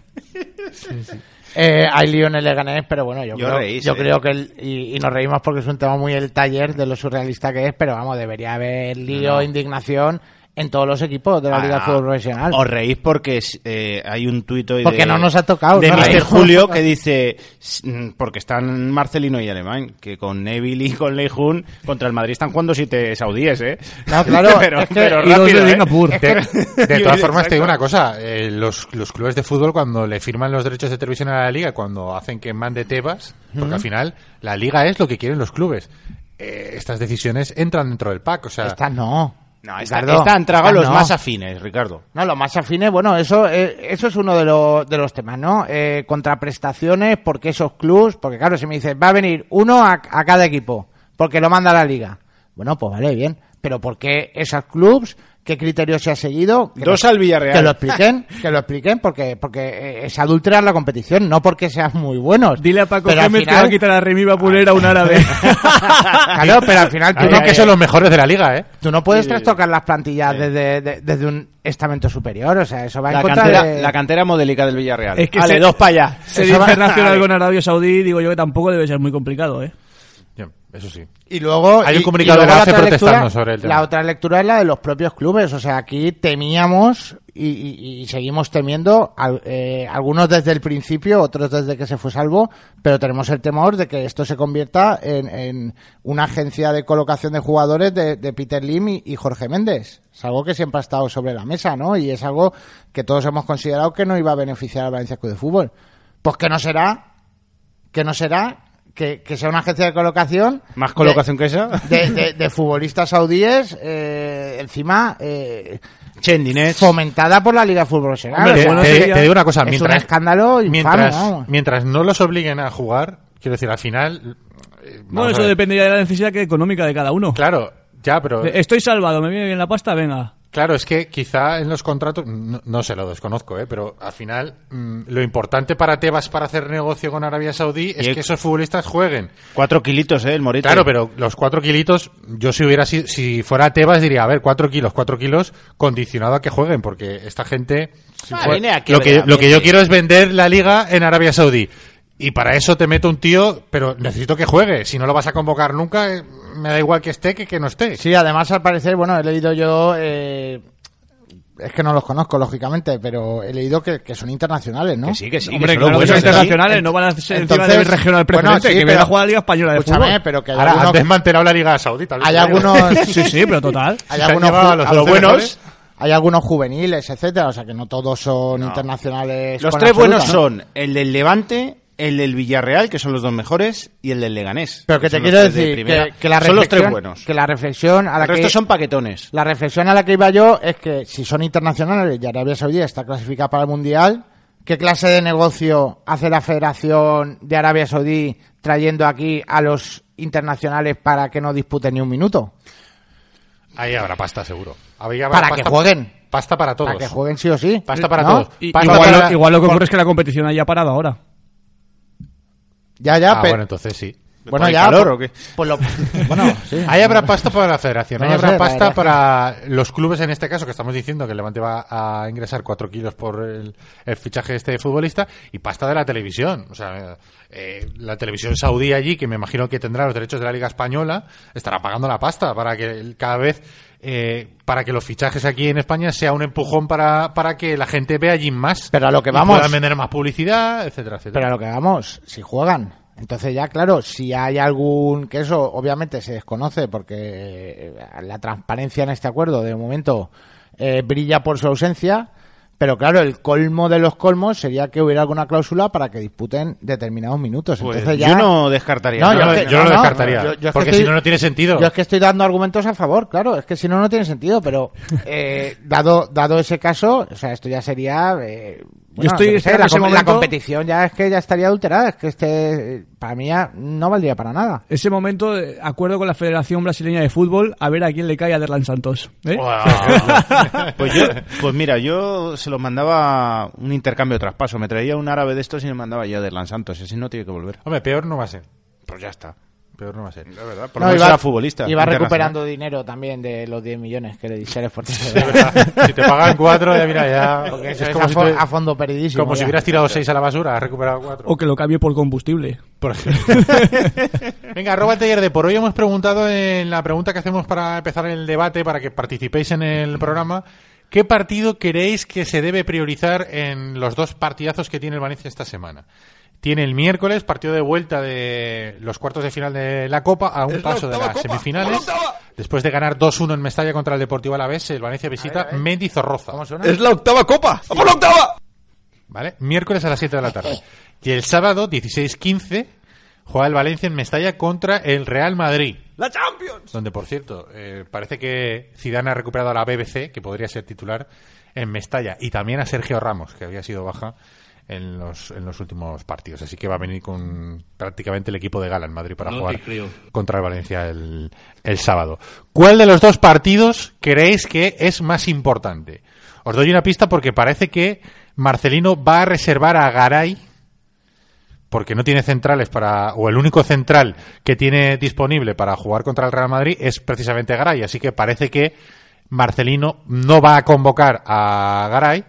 Speaker 3: Eh, hay lío en el Leganés, pero bueno, yo,
Speaker 2: Yo
Speaker 3: creo,
Speaker 2: reís,
Speaker 3: yo
Speaker 2: eh.
Speaker 3: creo que... el- y, y nos reímos porque es un tema muy el taller de lo surrealista que es, pero vamos, debería haber lío, indignación en todos los equipos de la Liga de
Speaker 2: Ah,
Speaker 3: Fútbol Profesional.
Speaker 2: Os reís porque eh, hay un tuit hoy
Speaker 3: Porque
Speaker 2: de-
Speaker 3: no nos ha tocado,
Speaker 2: de
Speaker 3: ¿no? <laughs>
Speaker 2: Mr.
Speaker 3: Reír.
Speaker 2: Julio que dice "S- mm, porque están Marcelino y Alemán que con Neville y con Leijun contra el Madrid están jugando siete saudíes, ¿eh?
Speaker 3: No, claro,
Speaker 2: <laughs> pero,
Speaker 3: es que-
Speaker 2: pero
Speaker 4: y dos
Speaker 2: rápido,
Speaker 4: de
Speaker 2: ¿eh?
Speaker 4: Singapur.
Speaker 2: <laughs>
Speaker 1: De, de todas
Speaker 2: Yo-
Speaker 1: formas, te digo
Speaker 2: exacto.
Speaker 1: una cosa, eh, los, los clubes de fútbol cuando le firman los derechos de televisión a la liga, cuando hacen que mande Tebas, porque al final la liga es lo que quieren los clubes. Eh, estas decisiones entran dentro del pack, o sea,
Speaker 3: Estas no.
Speaker 2: No, esta,
Speaker 3: Ricardo,
Speaker 2: esta han tragado
Speaker 3: estas
Speaker 2: los
Speaker 3: no.
Speaker 2: más afines, Ricardo.
Speaker 3: No, lo más afines, bueno, eso, eh, eso es uno de, los de los temas, ¿no? Eh, contraprestaciones, porque esos clubs, porque claro, si me dices, va a venir uno a, a cada equipo, porque lo manda la liga. Bueno, pues vale, bien. Pero ¿por qué esos clubs? ¿Qué criterio se ha seguido? Que
Speaker 2: Dos
Speaker 3: lo-
Speaker 2: al Villarreal.
Speaker 3: Que lo expliquen, <laughs> que lo expliquen, porque, porque eh, es adulterar la competición, no porque seas muy buenos.
Speaker 4: Dile a Paco
Speaker 3: Pero al
Speaker 4: Gémez que va a
Speaker 3: final-
Speaker 4: quitar a Remy y va a poner a un árabe.
Speaker 3: <laughs> Claro, pero al final tú
Speaker 1: Además
Speaker 3: no,
Speaker 1: que son los mejores de la liga, ¿eh?
Speaker 3: tú no puedes trastocar las plantillas desde, de- desde un estamento superior, o sea, eso va
Speaker 2: La
Speaker 3: en contra
Speaker 2: cantera,
Speaker 3: de...
Speaker 2: la cantera modélica del Villarreal.
Speaker 4: Es que
Speaker 2: Vale,
Speaker 4: se-
Speaker 2: dos para allá.
Speaker 4: Se
Speaker 3: Eso
Speaker 4: dice
Speaker 3: va- <laughs>
Speaker 4: nacional con Arabia Saudí, digo yo que tampoco debe ser muy complicado, ¿eh?
Speaker 1: Ya, Eso sí.
Speaker 3: Y luego
Speaker 1: Hay un
Speaker 3: y-
Speaker 1: comunicado
Speaker 3: y luego
Speaker 1: que
Speaker 3: la
Speaker 1: hace
Speaker 3: otra
Speaker 1: protestando sobre el tema.
Speaker 3: La otra lectura es la de los propios clubes, o sea, aquí temíamos y, y- y seguimos temiendo al- eh, algunos desde el principio, otros desde que se fue salvo, pero tenemos el temor de que esto se convierta en, en una agencia de colocación de jugadores de, de Peter Lim y, y Jorge Méndez. Es algo que siempre ha estado sobre la mesa, ¿no? Y es algo que todos hemos considerado que no iba a beneficiar al Valencia Club de Fútbol. Pues que no será, que no será que, que sea una agencia de colocación.
Speaker 2: Más
Speaker 3: de-
Speaker 2: colocación que esa.
Speaker 3: De, de- de futbolistas saudíes, eh, encima eh,
Speaker 2: Chendinés.
Speaker 3: fomentada por la Liga de Fútbol Profesional. eh,
Speaker 4: Hombre,
Speaker 3: O
Speaker 1: Te,
Speaker 3: sea,
Speaker 4: bueno,
Speaker 1: te-
Speaker 4: sería-
Speaker 1: te digo una cosa.
Speaker 3: es
Speaker 1: Mientras,
Speaker 3: un escándalo infame,
Speaker 1: mientras,
Speaker 3: vamos.
Speaker 1: mientras no los obliguen a jugar, quiero decir, al final... eh,
Speaker 4: Bueno,
Speaker 1: vamos
Speaker 4: eso
Speaker 1: a ver.
Speaker 4: dependería de la necesidad que- económica de cada uno.
Speaker 1: Claro, ya, pero...
Speaker 4: Estoy salvado, me viene bien la pasta,
Speaker 3: Pues
Speaker 4: venga.
Speaker 1: Claro, es que quizá en los contratos, no, no se lo desconozco, ¿eh? pero al final mm, lo importante para Tebas para hacer negocio con Arabia Saudí es
Speaker 2: Y-
Speaker 1: que esos futbolistas jueguen.
Speaker 2: Cuatro kilitos, eh, el morito.
Speaker 1: Claro, pero los cuatro kilitos, yo si hubiera si, si fuera Tebas diría, a ver, cuatro kilos, cuatro kilos, condicionado a que jueguen, porque esta gente... si
Speaker 2: Ah,
Speaker 1: fuera-
Speaker 2: viene aquí,
Speaker 1: lo, que,
Speaker 2: venga,
Speaker 1: lo que yo
Speaker 2: viene.
Speaker 1: quiero es vender la liga en Arabia Saudí. Y para eso te meto un tío, pero necesito que juegue. Si no lo vas a convocar nunca, eh, me da igual que esté que que no esté.
Speaker 3: Sí, además al parecer, bueno, he leído yo, eh, es que no los conozco lógicamente, pero he leído que, que son internacionales, ¿no?
Speaker 2: Que sí, que sí.
Speaker 4: Hombre,
Speaker 2: que
Speaker 4: claro que
Speaker 2: buenos,
Speaker 4: son
Speaker 2: ¿eh?
Speaker 4: internacionales, no van a ser encima del regional
Speaker 3: bueno,
Speaker 4: preferente,
Speaker 3: sí,
Speaker 4: que viene
Speaker 3: pero-
Speaker 4: a jugar a la Liga Española de
Speaker 3: escúchame,
Speaker 4: Fútbol.
Speaker 3: pero que hay
Speaker 1: Ahora, han
Speaker 3: algunos,
Speaker 1: desmantelado la Liga Saudita.
Speaker 3: hay algunos,
Speaker 4: <laughs> Sí, sí, pero
Speaker 3: <laughs>
Speaker 4: total.
Speaker 3: hay
Speaker 1: Se han
Speaker 3: algunos,
Speaker 1: llevado a
Speaker 3: ju-
Speaker 1: los
Speaker 3: a los
Speaker 1: buenos.
Speaker 3: buenos, hay algunos juveniles, etcétera, o sea que no todos son internacionales.
Speaker 2: Los
Speaker 3: con
Speaker 2: tres
Speaker 3: absoluta,
Speaker 2: buenos
Speaker 3: ¿no?
Speaker 2: son el del Levante, el del Villarreal, que son los dos mejores, y el del Leganés.
Speaker 3: Pero que te
Speaker 2: son los
Speaker 3: quiero
Speaker 2: tres de
Speaker 3: decir
Speaker 2: primera.
Speaker 3: que, que la
Speaker 2: son los tres
Speaker 3: reflexión-
Speaker 2: buenos.
Speaker 3: Que la reflexión a la
Speaker 2: el resto
Speaker 3: que
Speaker 2: son paquetones.
Speaker 3: la reflexión a la que iba yo es que si son internacionales y Arabia Saudí está clasificada para el mundial, ¿qué clase de negocio hace la Federación de Arabia Saudí trayendo aquí a los internacionales para que no disputen ni un minuto?
Speaker 1: <laughs>
Speaker 2: Ah,
Speaker 1: Ahí habrá pasta, seguro. Habría
Speaker 3: Para
Speaker 1: pasta-
Speaker 3: que jueguen.
Speaker 1: Pasta para todos.
Speaker 3: Para que jueguen sí o sí.
Speaker 1: Pasta para
Speaker 3: ¿no?
Speaker 1: todos.
Speaker 4: Y-
Speaker 1: Pasta
Speaker 4: igual,
Speaker 1: para-
Speaker 4: lo, igual lo que ocurre es que la competición haya parado ahora.
Speaker 3: Ya, ya,
Speaker 1: Ah,
Speaker 3: pero
Speaker 1: bueno, entonces sí.
Speaker 3: bueno,
Speaker 2: ¿Por el
Speaker 3: ya.
Speaker 2: calor
Speaker 3: pues-
Speaker 2: o qué?
Speaker 3: pues lo- <laughs> bueno, sí.
Speaker 1: Ahí habrá pasta para la federación,
Speaker 3: No
Speaker 1: ahí
Speaker 3: lo
Speaker 1: habrá
Speaker 3: sé, la
Speaker 1: pasta
Speaker 3: verdad.
Speaker 1: para los clubes en este caso, que estamos diciendo que el Levante va a ingresar 4 kilos por el, el fichaje de este futbolista, y pasta de la televisión. O sea, eh, la televisión saudí allí, que me imagino que tendrá los derechos de la Liga Española, estará pagando la pasta para que el- cada vez, eh, para que los fichajes aquí en España sea un empujón para, para que la gente vea allí más.
Speaker 3: Pero a lo que
Speaker 1: y
Speaker 3: vamos.
Speaker 1: puedan vender más publicidad, etcétera, etcétera.
Speaker 3: Pero a lo que vamos, si juegan. Entonces ya, claro, si hay algún... que eso obviamente se desconoce porque eh, la transparencia en este acuerdo de momento eh, brilla por su ausencia, pero claro, el colmo de los colmos sería que hubiera alguna cláusula para que disputen determinados minutos.
Speaker 2: Pues
Speaker 3: Entonces ya...
Speaker 2: yo no descartaría.
Speaker 3: No,
Speaker 2: ¿no?
Speaker 1: yo, no,
Speaker 3: yo
Speaker 1: lo-
Speaker 3: es que-
Speaker 1: yo no lo
Speaker 3: no, no,
Speaker 1: descartaría.
Speaker 3: yo- yo es que
Speaker 1: porque
Speaker 3: estoy-
Speaker 1: si no, no tiene sentido.
Speaker 3: Yo es que estoy dando argumentos a favor, claro, es que si no, no tiene
Speaker 1: <laughs>
Speaker 3: sentido, pero eh, dado, dado ese caso, o sea, esto ya sería... eh, bueno,
Speaker 4: estoy
Speaker 3: yo qué sé,
Speaker 4: esperando
Speaker 3: la,
Speaker 4: ese
Speaker 3: com- la
Speaker 4: momento-
Speaker 3: competición ya es que ya estaría adulterada, es que este, eh, para mí ya no valdría para nada.
Speaker 4: Ese momento, eh, acuerdo con la Federación Brasileña de Fútbol, a ver a quién le cae a Derlan Santos. ¿eh?
Speaker 1: Uah.
Speaker 2: <laughs> Pues, yo, pues mira, yo se los mandaba un intercambio de traspaso. Me traía un árabe de estos y me mandaba yo de Lan Santos. Ese no tiene que volver.
Speaker 1: <laughs> Hombre, peor no va a ser.
Speaker 2: Pues ya está.
Speaker 1: Peor no va a ser.
Speaker 2: La verdad, por
Speaker 3: No,
Speaker 2: lo menos
Speaker 3: iba-
Speaker 2: era futbolista.
Speaker 3: Iba
Speaker 2: internacional.
Speaker 3: recuperando dinero también de los 10 millones que le diste
Speaker 1: <laughs>
Speaker 3: al Sporting.
Speaker 1: si te pagan cuatro, ya mira, ya.
Speaker 3: Porque
Speaker 1: es
Speaker 3: eso es,
Speaker 1: como,
Speaker 3: a,
Speaker 1: si,
Speaker 3: fo-
Speaker 1: te-
Speaker 3: a fondo perdidísimo.
Speaker 1: como si
Speaker 3: ya.
Speaker 1: hubieras tirado seis a la basura, has recuperado
Speaker 4: <laughs>
Speaker 1: cuatro.
Speaker 4: O que lo cambie por combustible.
Speaker 1: Por ejemplo. <laughs> Venga, arroba el taller de por hoy. Hemos preguntado en la pregunta que hacemos para empezar el debate, para que participéis en el programa. ¿Qué partido queréis que se debe priorizar en los dos partidazos que tiene el Valencia esta semana? Tiene el miércoles partido de vuelta de los cuartos de final de la Copa a un paso de las semifinales. Después de ganar 2-1 en Mestalla contra el Deportivo Alavés, el Valencia visita Mendizorroza.
Speaker 5: Es la octava copa. ¡A por la octava!
Speaker 1: ¿Vale? Miércoles a las 7 de la <laughs> tarde. Y el sábado, 16-15, juega el Valencia en Mestalla contra el Real Madrid.
Speaker 5: ¡La Champions!
Speaker 1: Donde, por cierto, eh, parece que Zidane ha recuperado a la BBC, que podría ser titular, en Mestalla. Y también a Sergio Ramos, que había sido baja en los, en los últimos partidos. Así que va a venir con prácticamente el equipo de gala en Madrid para
Speaker 6: No te
Speaker 1: jugar
Speaker 6: creo.
Speaker 1: contra el Valencia el, el sábado. ¿Cuál de los dos partidos creéis que es más importante? Os doy una pista porque parece que Marcelino va a reservar a Garay porque no tiene centrales para o el único central que tiene disponible para jugar contra el Real Madrid es precisamente Garay, así que parece que Marcelino no va a convocar a Garay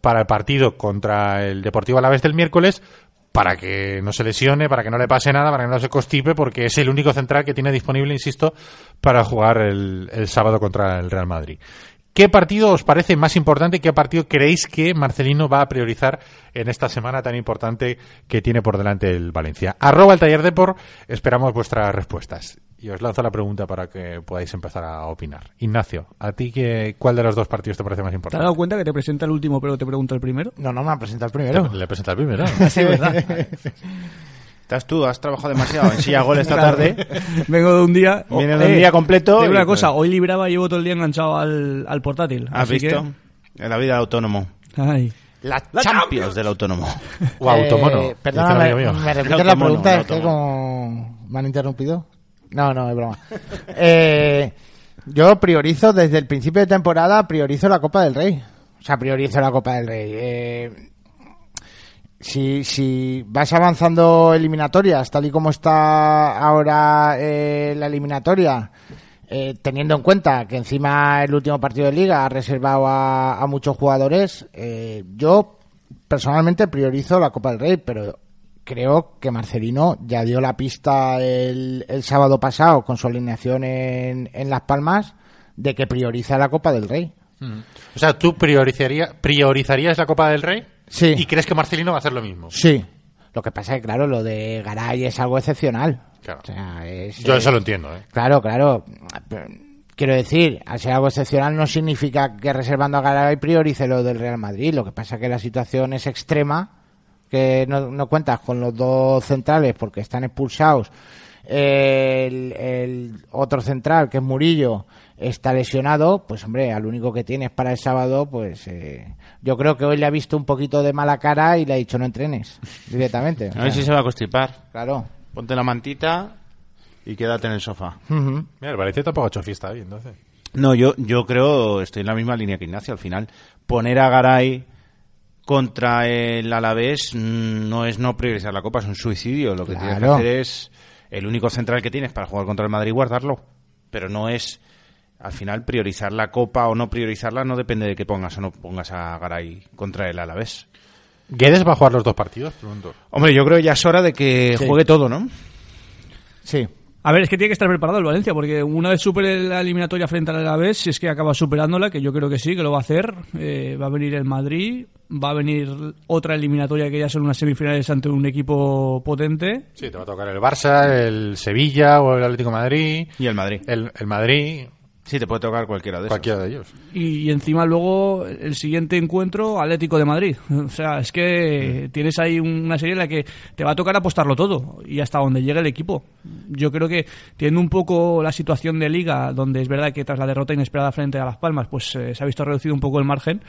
Speaker 1: para el partido contra el Deportivo Alavés del miércoles para que no se lesione, para que no le pase nada, para que no se constipe, porque es el único central que tiene disponible, insisto, para jugar el, el sábado contra el Real Madrid. ¿Qué partido os parece más importante? y ¿Qué partido creéis que Marcelino va a priorizar en esta semana tan importante que tiene por delante el Valencia? Arroba el taller Depor, esperamos vuestras respuestas. Y os lanzo la pregunta para que podáis empezar a opinar. Ignacio, ¿a ti qué, cuál de los dos partidos te parece
Speaker 4: ¿Te
Speaker 1: más
Speaker 4: has dado
Speaker 1: importante?
Speaker 4: cuenta que te presenta el último pero te pregunta el primero?
Speaker 3: No, no eh, me ha presentado el
Speaker 1: Te-
Speaker 3: primero.
Speaker 1: Le presenta el primero.
Speaker 3: <laughs>
Speaker 4: Sí, verdad.
Speaker 2: Estás tú, has trabajado demasiado en silla <laughs> gol esta tarde.
Speaker 4: <laughs> Vengo de un día. eh,
Speaker 2: Vienes de un día completo
Speaker 4: Te digo
Speaker 2: y-
Speaker 4: una cosa, hoy libraba y llevo todo el día enganchado al, al portátil.
Speaker 2: ¿Has
Speaker 4: así que-
Speaker 2: visto? En la vida del autónomo.
Speaker 4: Ay.
Speaker 2: La,
Speaker 5: La
Speaker 2: Champions,
Speaker 5: Champions.
Speaker 2: del autónomo.
Speaker 1: O automono.
Speaker 3: Eh,
Speaker 1: dice un
Speaker 3: perdóname,
Speaker 1: amigo mío.
Speaker 3: me repites
Speaker 2: El
Speaker 3: la
Speaker 2: automono,
Speaker 3: pregunta,
Speaker 2: el
Speaker 3: es que
Speaker 2: automono.
Speaker 3: como me han interrumpido. No, no, es broma. Eh, yo priorizo desde el principio de temporada, priorizo la Copa del Rey. O sea, priorizo la Copa del Rey. Eh, si, si vas avanzando eliminatorias, tal y como está ahora eh, la eliminatoria, eh, teniendo en cuenta que encima el último partido de liga ha reservado a, a muchos jugadores, eh, yo personalmente priorizo la Copa del Rey, pero creo que Marcelino ya dio la pista el, el sábado pasado con su alineación en, en Las Palmas de que prioriza la Copa del Rey.
Speaker 1: O sea, ¿tú priorizaría, priorizarías la Copa del Rey?
Speaker 3: Sí.
Speaker 1: ¿Y crees que Marcelino va a hacer lo mismo?
Speaker 3: Sí. Lo que pasa es que, claro, lo de Garay es algo excepcional.
Speaker 1: Claro.
Speaker 3: O sea, es,
Speaker 1: Yo
Speaker 3: eh,
Speaker 1: eso lo entiendo, ¿eh?
Speaker 3: Claro, claro. Pero, Quiero decir, al ser algo excepcional no significa que reservando a Garay priorice lo del Real Madrid. Lo que pasa es que la situación es extrema, que no, no cuentas con los dos centrales porque están expulsados. El, el otro central, que es Murillo, está lesionado. Pues hombre, al único que tienes para el sábado, pues eh, yo creo que hoy le ha visto un poquito de mala cara y le ha dicho no entrenes directamente. O
Speaker 2: <laughs> A ver si
Speaker 3: sea,
Speaker 2: se va a constipar.
Speaker 3: Claro.
Speaker 2: Ponte la mantita y quédate en el sofá.
Speaker 3: Ujú.
Speaker 1: Mira, el Valencia tampoco ha hecho fiesta hoy, entonces.
Speaker 2: No, yo, yo creo, estoy en la misma línea que Ignacio al final. Poner a Garay contra el Alavés mm, no es no priorizar la Copa, es un suicidio. Lo que tienes que
Speaker 3: Claro.
Speaker 2: hacer es el único central que tienes para jugar contra el Madrid guardarlo. Pero no es, al final, priorizar la Copa o no priorizarla no depende de que pongas o no pongas a Garay contra el Alavés.
Speaker 1: ¿Guedes va a jugar los dos partidos? Pregunto.
Speaker 2: Hombre, yo creo que ya es hora de que
Speaker 3: Sí.
Speaker 2: juegue todo, ¿no?
Speaker 3: Sí.
Speaker 4: A ver, es que tiene que estar preparado el Valencia, porque una vez supere la eliminatoria frente al Alavés, si es que acaba superándola, que yo creo que sí, que lo va a hacer, eh, va a venir el Madrid, va a venir otra eliminatoria que ya son unas semifinales ante un equipo potente.
Speaker 1: Sí, te va a tocar el Barça, el Sevilla o el Atlético de Madrid,
Speaker 2: Y el Madrid.
Speaker 1: el, el Madrid,
Speaker 2: Sí, te puede tocar cualquiera de esos.
Speaker 1: cualquiera de ellos.
Speaker 4: Y, y encima luego el siguiente encuentro Atlético de Madrid. <laughs> O sea, es que tienes ahí una serie en la que te va a tocar apostarlo todo y hasta donde llegue el equipo. Yo creo que teniendo un poco la situación de liga, donde es verdad que tras la derrota inesperada frente a Las Palmas, pues eh, se ha visto reducido un poco el margen.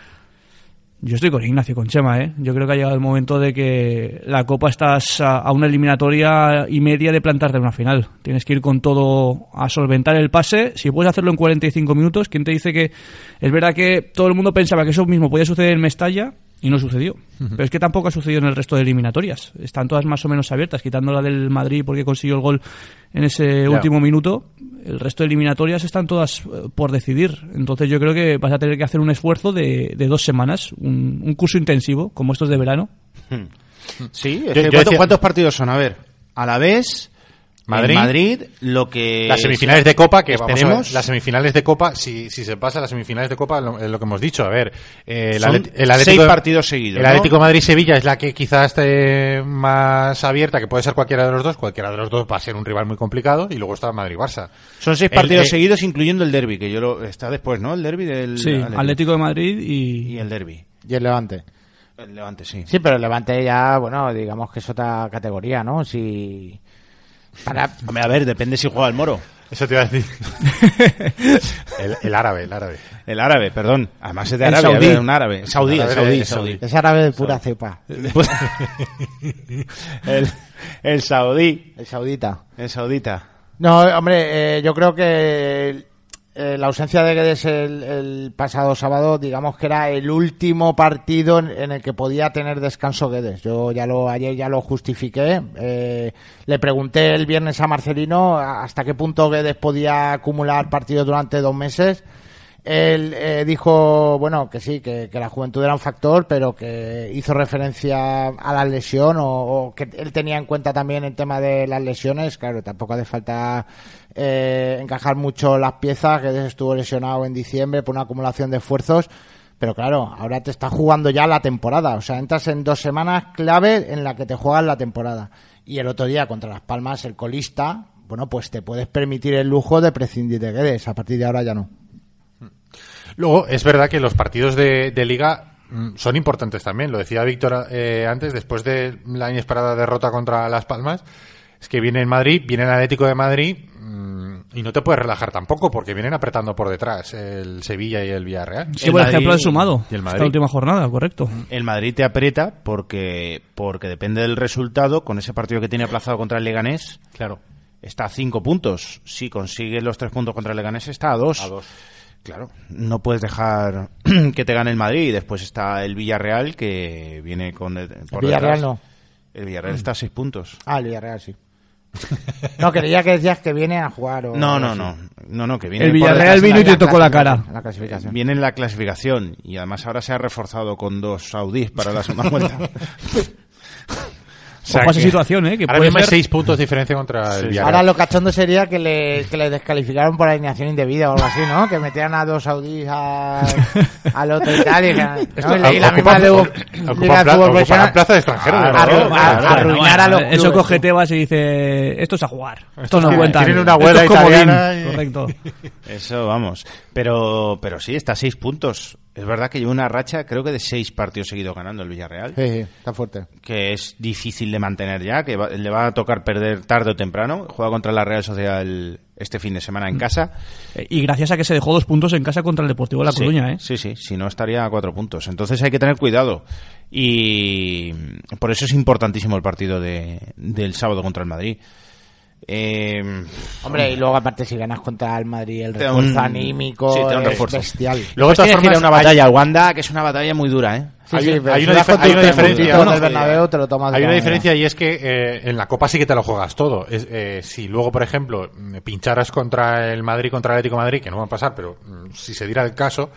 Speaker 4: Yo estoy con Ignacio, con Chema, ¿eh? Yo creo que ha llegado el momento de que la Copa estás a, a una eliminatoria y media de plantarte en una final. Tienes que ir con todo a solventar el pase. Si puedes hacerlo en 45 minutos, ¿quién te dice que...? Es verdad que todo el mundo pensaba que eso mismo podía suceder en Mestalla y no sucedió. Pero es que tampoco ha sucedido en el resto de eliminatorias. Están todas más o menos abiertas, quitando la del Madrid porque consiguió el gol en ese último minuto. El resto de eliminatorias están todas eh, por decidir. Entonces yo creo que vas a tener que hacer un esfuerzo de, de dos semanas, un, un curso intensivo, como estos de verano.
Speaker 2: Hmm. Sí, es
Speaker 1: Yo-
Speaker 2: que
Speaker 1: yo
Speaker 2: ¿cuánto-
Speaker 1: decía-
Speaker 2: ¿cuántos partidos son? A ver, a la vez,
Speaker 1: Madrid.
Speaker 2: Madrid, Madrid lo que...
Speaker 1: Las semifinales de Copa, que vamos a ver,
Speaker 2: esperemos.
Speaker 1: las semifinales de Copa, si, si se pasa las semifinales de Copa, lo, es lo que hemos dicho, a ver, eh, el,
Speaker 2: Son
Speaker 1: Atlet- el Atlético,
Speaker 2: seis partidos seguidos,
Speaker 1: El
Speaker 2: ¿no?
Speaker 1: Atlético Madrid-Sevilla es la que quizás esté más abierta, que puede ser cualquiera de los dos, cualquiera de los dos va a ser un rival muy complicado, y luego está Madrid-Barça.
Speaker 2: Son seis
Speaker 1: El-
Speaker 2: partidos
Speaker 1: eh,
Speaker 2: seguidos, incluyendo el derby, que yo lo... Está después, ¿no? El derby del...
Speaker 4: Sí, Atlético, de Madrid y...
Speaker 2: Y el derby.
Speaker 3: Y el Levante.
Speaker 2: El Levante, sí.
Speaker 3: Sí, pero el Levante ya, bueno, digamos que es otra categoría, ¿no? Si para
Speaker 2: Hombre, a ver, depende si juega el Moro.
Speaker 1: Eso te iba a
Speaker 2: <laughs>
Speaker 1: decir. El, el árabe, el árabe.
Speaker 2: El árabe, perdón. Además es de
Speaker 3: El
Speaker 2: Arabia,
Speaker 3: saudí.
Speaker 2: era un árabe. Saudí,
Speaker 1: árabe,
Speaker 2: saudí,
Speaker 1: es
Speaker 2: saudí.
Speaker 3: Es árabe de pura cepa.
Speaker 2: Pues- el, el saudí,
Speaker 3: El saudita.
Speaker 2: el saudita.
Speaker 3: No, hombre, eh, yo creo que eh, la ausencia de Guedes el, el pasado sábado, digamos que era el último partido en, en el que podía tener descanso Guedes. Yo ya lo ayer ya lo justifiqué. Eh, le pregunté el viernes a Marcelino a- hasta qué punto Guedes podía acumular partidos durante dos meses. Él eh, dijo, bueno, que sí, que, que la juventud era un factor, pero que hizo referencia a la lesión o, o que él tenía en cuenta también el tema de las lesiones. Claro, tampoco hace falta eh, encajar mucho las piezas, que estuvo lesionado en diciembre por una acumulación de esfuerzos. Pero claro, ahora te está jugando ya la temporada. O sea, entras en dos semanas clave en la que te juegas la temporada. Y el otro día contra Las Palmas, el colista, bueno, pues te puedes permitir el lujo de prescindir de Guedes. A partir de ahora ya no.
Speaker 1: Luego, es verdad que los partidos de, de liga mm, son importantes también. Lo decía Víctor eh, antes, después de la inesperada derrota contra Las Palmas, es que viene en Madrid, viene el Atlético de Madrid mm, y no te puedes relajar tampoco porque vienen apretando por detrás el Sevilla y el Villarreal.
Speaker 4: Sí,
Speaker 2: El
Speaker 4: por
Speaker 2: Madrid
Speaker 4: ejemplo, han sumado
Speaker 1: y el Madrid.
Speaker 4: esta última jornada, correcto.
Speaker 2: El Madrid te aprieta porque, porque depende del resultado. Con ese partido que tiene aplazado contra el Leganés,
Speaker 1: Claro.
Speaker 2: está a cinco puntos. Si consigue los tres puntos contra el Leganés, está a dos.
Speaker 1: A dos.
Speaker 2: Claro, no puedes dejar <clears throat> que te gane el Madrid. Y después está el Villarreal que viene con. de- por
Speaker 3: Villarreal
Speaker 2: detrás.
Speaker 3: no.
Speaker 2: El Villarreal está a seis puntos.
Speaker 3: Ah, el Villarreal sí. <laughs> No, creía que decías que viene a jugar. O
Speaker 2: No, no, no. No, no, que viene.
Speaker 4: El
Speaker 2: por
Speaker 4: Villarreal
Speaker 2: detrás.
Speaker 4: vino y te tocó la cara.
Speaker 3: En la clasificación.
Speaker 2: Viene en la clasificación y además ahora se ha reforzado con dos saudíes para la segunda vuelta.
Speaker 1: <laughs> sea
Speaker 4: Ojo a esa
Speaker 1: que-
Speaker 4: situación, ¿eh? Que
Speaker 1: Ahora
Speaker 4: puede
Speaker 1: mismo hay
Speaker 4: ser-
Speaker 1: seis puntos de diferencia contra el Villarreal.
Speaker 3: Ahora lo cachondo sería que le, que le descalificaron por alineación indebida o algo así, ¿no? Que metieran a dos saudíes a- al otro y tal. Y, dijeran, ¿no? Y la- y la misma
Speaker 1: Ah, Ocupan-
Speaker 3: luego-
Speaker 1: ocupan
Speaker 3: Liga de
Speaker 1: pla-
Speaker 3: Fútbol
Speaker 1: ocupan
Speaker 3: Profesional-
Speaker 1: plaza de extranjeros,
Speaker 3: Claro,
Speaker 1: de verdad.
Speaker 3: claro, claro, claro. arruinar a los
Speaker 4: Eso
Speaker 3: clubes.
Speaker 4: coge Tebas y dice, esto es a jugar. Esto no
Speaker 1: Ah,
Speaker 4: cuenta.
Speaker 1: tienen una
Speaker 4: Esto
Speaker 1: abuela
Speaker 4: es comodín".
Speaker 1: italiana y-
Speaker 4: Correcto.
Speaker 2: Eso vamos. Pero, pero sí, está a seis puntos. Es verdad que lleva una racha, creo que de seis partidos seguidos ganando el Villarreal.
Speaker 3: Sí, sí, está fuerte.
Speaker 2: que es difícil de mantener ya, que va- le va a tocar perder tarde o temprano. Juega contra la Real Sociedad este fin de semana en casa.
Speaker 4: Eh, Y gracias a que se dejó dos puntos en casa contra el Deportivo de La
Speaker 2: Sí,
Speaker 4: Coruña, ¿eh?
Speaker 2: Sí, sí, si no estaría a cuatro puntos. Entonces hay que tener cuidado. Y por eso es importantísimo el partido de- del sábado contra el Madrid. Eh,
Speaker 3: Hombre, y luego aparte si ganas contra el Madrid, el
Speaker 2: Te da
Speaker 3: refuerzo
Speaker 2: un-
Speaker 3: anímico
Speaker 2: sí, te da un
Speaker 3: es
Speaker 2: refuerzo.
Speaker 3: bestial.
Speaker 1: Luego, de
Speaker 2: pues
Speaker 1: todas
Speaker 2: tienes que ir a
Speaker 1: formas,
Speaker 2: una batalla a Wanda, que es una batalla muy dura, ¿eh?
Speaker 3: Sí,
Speaker 1: Hay
Speaker 3: sí,
Speaker 1: un-
Speaker 3: pero
Speaker 1: hay
Speaker 3: si
Speaker 1: una
Speaker 3: vas
Speaker 1: dife-
Speaker 3: con
Speaker 1: hay
Speaker 3: tus
Speaker 1: una
Speaker 3: tres
Speaker 1: diferencia.
Speaker 3: puntitos
Speaker 1: No,
Speaker 3: del Bernabéu, te lo tomas de
Speaker 1: Hay
Speaker 3: otra
Speaker 1: una
Speaker 3: manera.
Speaker 1: diferencia y es que eh, en la Copa sí que te lo juegas todo. Es, eh, si luego, por ejemplo, mm, pincharas contra el Madrid, contra el Atlético de Madrid, que no va a pasar, pero mm, si se diera el caso,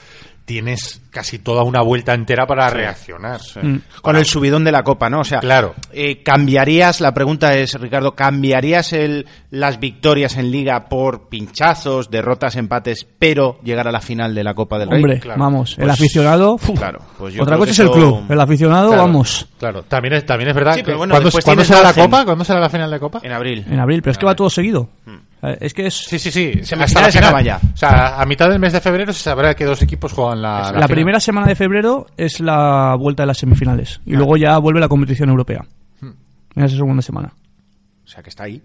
Speaker 1: tienes casi toda una vuelta entera para reaccionar.
Speaker 4: Mm.
Speaker 2: Con el subidón de la copa, ¿no? O sea,
Speaker 1: Claro.
Speaker 2: eh, ¿cambiarías, la pregunta es, Ricardo, ¿cambiarías el, las victorias en liga por pinchazos, derrotas, empates, pero llegar a la final de la Copa del Rey?
Speaker 4: Hombre,
Speaker 1: claro.
Speaker 4: vamos, el
Speaker 2: Pues,
Speaker 4: aficionado... ¡fu!
Speaker 2: claro, pues yo
Speaker 4: Otra
Speaker 2: creo
Speaker 4: cosa
Speaker 2: que
Speaker 4: es el
Speaker 2: eso-
Speaker 4: club, el aficionado,
Speaker 2: Claro.
Speaker 4: vamos.
Speaker 1: Claro, también es, también es verdad
Speaker 2: Sí,
Speaker 1: que
Speaker 2: pero bueno,
Speaker 1: ¿cuándo,
Speaker 2: después
Speaker 1: ¿cuándo
Speaker 2: tienes
Speaker 1: será la
Speaker 2: Larsen.
Speaker 1: copa? ¿Cuándo será la final de copa?
Speaker 2: En abril.
Speaker 4: En abril, pero es que va todo seguido.
Speaker 2: Hmm.
Speaker 4: Eh, Es que es
Speaker 1: Sí, sí, sí.
Speaker 2: Se
Speaker 1: hasta
Speaker 2: me
Speaker 1: la
Speaker 2: queda esa
Speaker 1: final.
Speaker 2: caballa.
Speaker 1: O sea, a mitad del mes de febrero se sabrá que dos equipos juegan la,
Speaker 4: la,
Speaker 1: final.
Speaker 4: primera semana de febrero es la vuelta de las semifinales y luego ya vuelve la competición europea.
Speaker 2: Hmm.
Speaker 4: En esa segunda semana.
Speaker 2: O sea, que está ahí.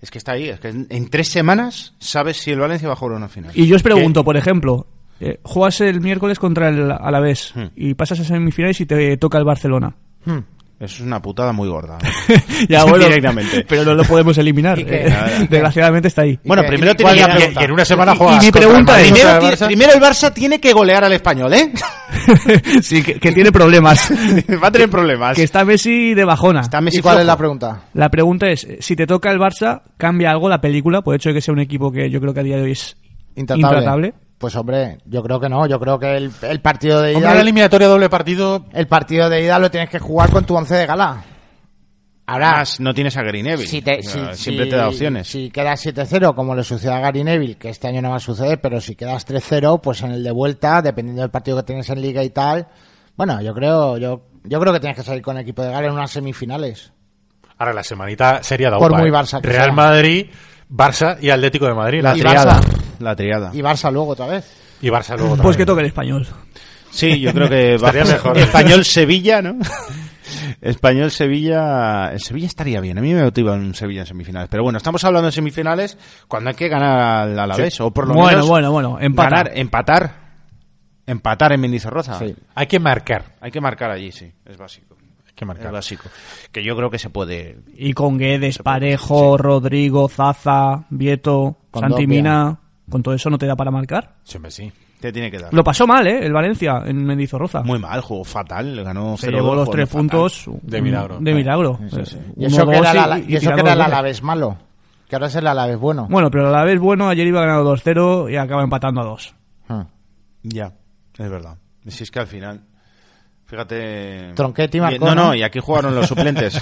Speaker 2: Es que está ahí. Es que en, en tres semanas sabes si el Valencia va a jugar una final.
Speaker 4: Y yo os
Speaker 2: Que-
Speaker 4: pregunto, por ejemplo, eh, juegas el miércoles contra el Alavés
Speaker 2: Hmm.
Speaker 4: y pasas a semifinales y te toca el
Speaker 2: <laughs>
Speaker 4: Barcelona.
Speaker 2: Eso es una putada
Speaker 4: <laughs>
Speaker 2: muy gorda. <laughs>
Speaker 4: ya, bueno,
Speaker 2: Directamente. <laughs>
Speaker 4: Pero no lo podemos eliminar.
Speaker 3: ¿Y
Speaker 4: <laughs>
Speaker 3: qué?
Speaker 4: eh, Desgraciadamente está ahí.
Speaker 2: bueno,
Speaker 3: que-
Speaker 2: primero
Speaker 3: ¿cuál
Speaker 2: tiene
Speaker 3: es la
Speaker 2: que...
Speaker 3: pregunta?
Speaker 1: Y en una semana
Speaker 4: Y- y
Speaker 1: juegas.
Speaker 4: mi
Speaker 1: contra el
Speaker 4: pregunta
Speaker 1: Madrid,
Speaker 4: es-
Speaker 1: contra
Speaker 2: Primero,
Speaker 1: el
Speaker 2: tiene-
Speaker 1: Barça.
Speaker 2: primero el Barça tiene que golear al español, ¿eh? <laughs>
Speaker 4: <laughs> sí, que, que tiene
Speaker 3: <laughs>
Speaker 4: problemas.
Speaker 2: Va a tener problemas.
Speaker 4: que está Messi de bajona.
Speaker 2: Está Messi
Speaker 3: ¿Y cuál
Speaker 2: flojo.
Speaker 3: es la pregunta?
Speaker 4: La pregunta es, eh, si te toca el Barça, ¿cambia algo la película? Por el hecho de que sea un equipo que yo creo que a día de hoy es
Speaker 3: Intratable.
Speaker 4: Intratable.
Speaker 3: Pues hombre, yo creo que no. Yo creo que el, el partido de
Speaker 1: Hombre,
Speaker 3: ida,
Speaker 1: la eliminatoria doble partido
Speaker 3: el partido de ida lo tienes que jugar con tu once de gala.
Speaker 4: Ah.
Speaker 3: Ahora,
Speaker 2: Además, no tienes a Grinevi.
Speaker 3: si te, si-
Speaker 2: Ah, Siempre
Speaker 3: si-
Speaker 2: te da opciones.
Speaker 3: Si quedas 7-0, como le sucede a Gary Neville, que este año no va a suceder, pero si quedas 3-0, pues en el de vuelta, dependiendo del partido que tienes en liga y tal, bueno, yo creo, yo, yo creo que tienes que salir con el equipo de gala en unas semifinales.
Speaker 1: Ahora la semanita sería de
Speaker 3: Por
Speaker 1: UPA,
Speaker 3: muy
Speaker 1: ¿eh?
Speaker 3: Barça que
Speaker 1: Real
Speaker 3: sea.
Speaker 1: Madrid, Barça y Atlético de Madrid.
Speaker 2: La
Speaker 3: Y
Speaker 2: triada.
Speaker 3: Barça.
Speaker 2: La triada.
Speaker 3: Y Barça luego otra vez.
Speaker 1: Y Barça
Speaker 4: Pues
Speaker 1: luego también.
Speaker 4: que toque el español.
Speaker 1: <laughs>
Speaker 2: Sí, yo creo que
Speaker 1: Estaría
Speaker 2: Barça-
Speaker 1: mejor.
Speaker 2: Español Sevilla, ¿no? <laughs> Español Sevilla. El Sevilla estaría bien. A mí me motiva un Sevilla en semifinales. Pero bueno, estamos hablando de semifinales cuando hay que ganar al Alavés. O por lo
Speaker 4: Bueno,
Speaker 2: menos.
Speaker 4: bueno, bueno, empata.
Speaker 2: ganar, empatar. Empatar en Mendizorroza.
Speaker 3: Sí.
Speaker 1: Hay que marcar.
Speaker 2: Hay que marcar allí, sí. Es básico.
Speaker 1: Hay que
Speaker 2: Es
Speaker 1: marcar.
Speaker 2: básico. Que yo creo que se puede.
Speaker 4: Y con Guedes, Parejo, Rodrigo, Zaza, Vieto,
Speaker 3: Con
Speaker 4: Santimina. Con todo eso no te da para marcar.
Speaker 1: Sí, hombre, sí.
Speaker 2: Te tiene que dar.
Speaker 4: Lo pasó mal, ¿eh? El Valencia en Mendizorroza.
Speaker 2: Muy mal, jugó fatal. Le ganó
Speaker 4: se
Speaker 2: 0-2,
Speaker 4: llevó los
Speaker 2: jugó
Speaker 4: tres
Speaker 2: fatal.
Speaker 4: puntos
Speaker 1: De milagro.
Speaker 4: De milagro. Pues
Speaker 3: Y eso
Speaker 4: Uno,
Speaker 3: que era,
Speaker 4: dos
Speaker 3: el Ala-
Speaker 4: y- y
Speaker 3: y eso
Speaker 4: tirar
Speaker 3: que era
Speaker 4: dos
Speaker 3: el
Speaker 4: goles.
Speaker 3: Alavés malo. Que ahora es el Alavés bueno.
Speaker 4: Bueno, pero a la vez bueno, ayer iba ganando 2-0 y acaba empatando a 2.
Speaker 3: Ah.
Speaker 2: Ya, es verdad. Si es que al final. Fíjate.
Speaker 3: Tronchetti marcó,
Speaker 2: No, no,
Speaker 3: ¿no?
Speaker 2: y aquí jugaron
Speaker 3: <laughs>
Speaker 2: los suplentes.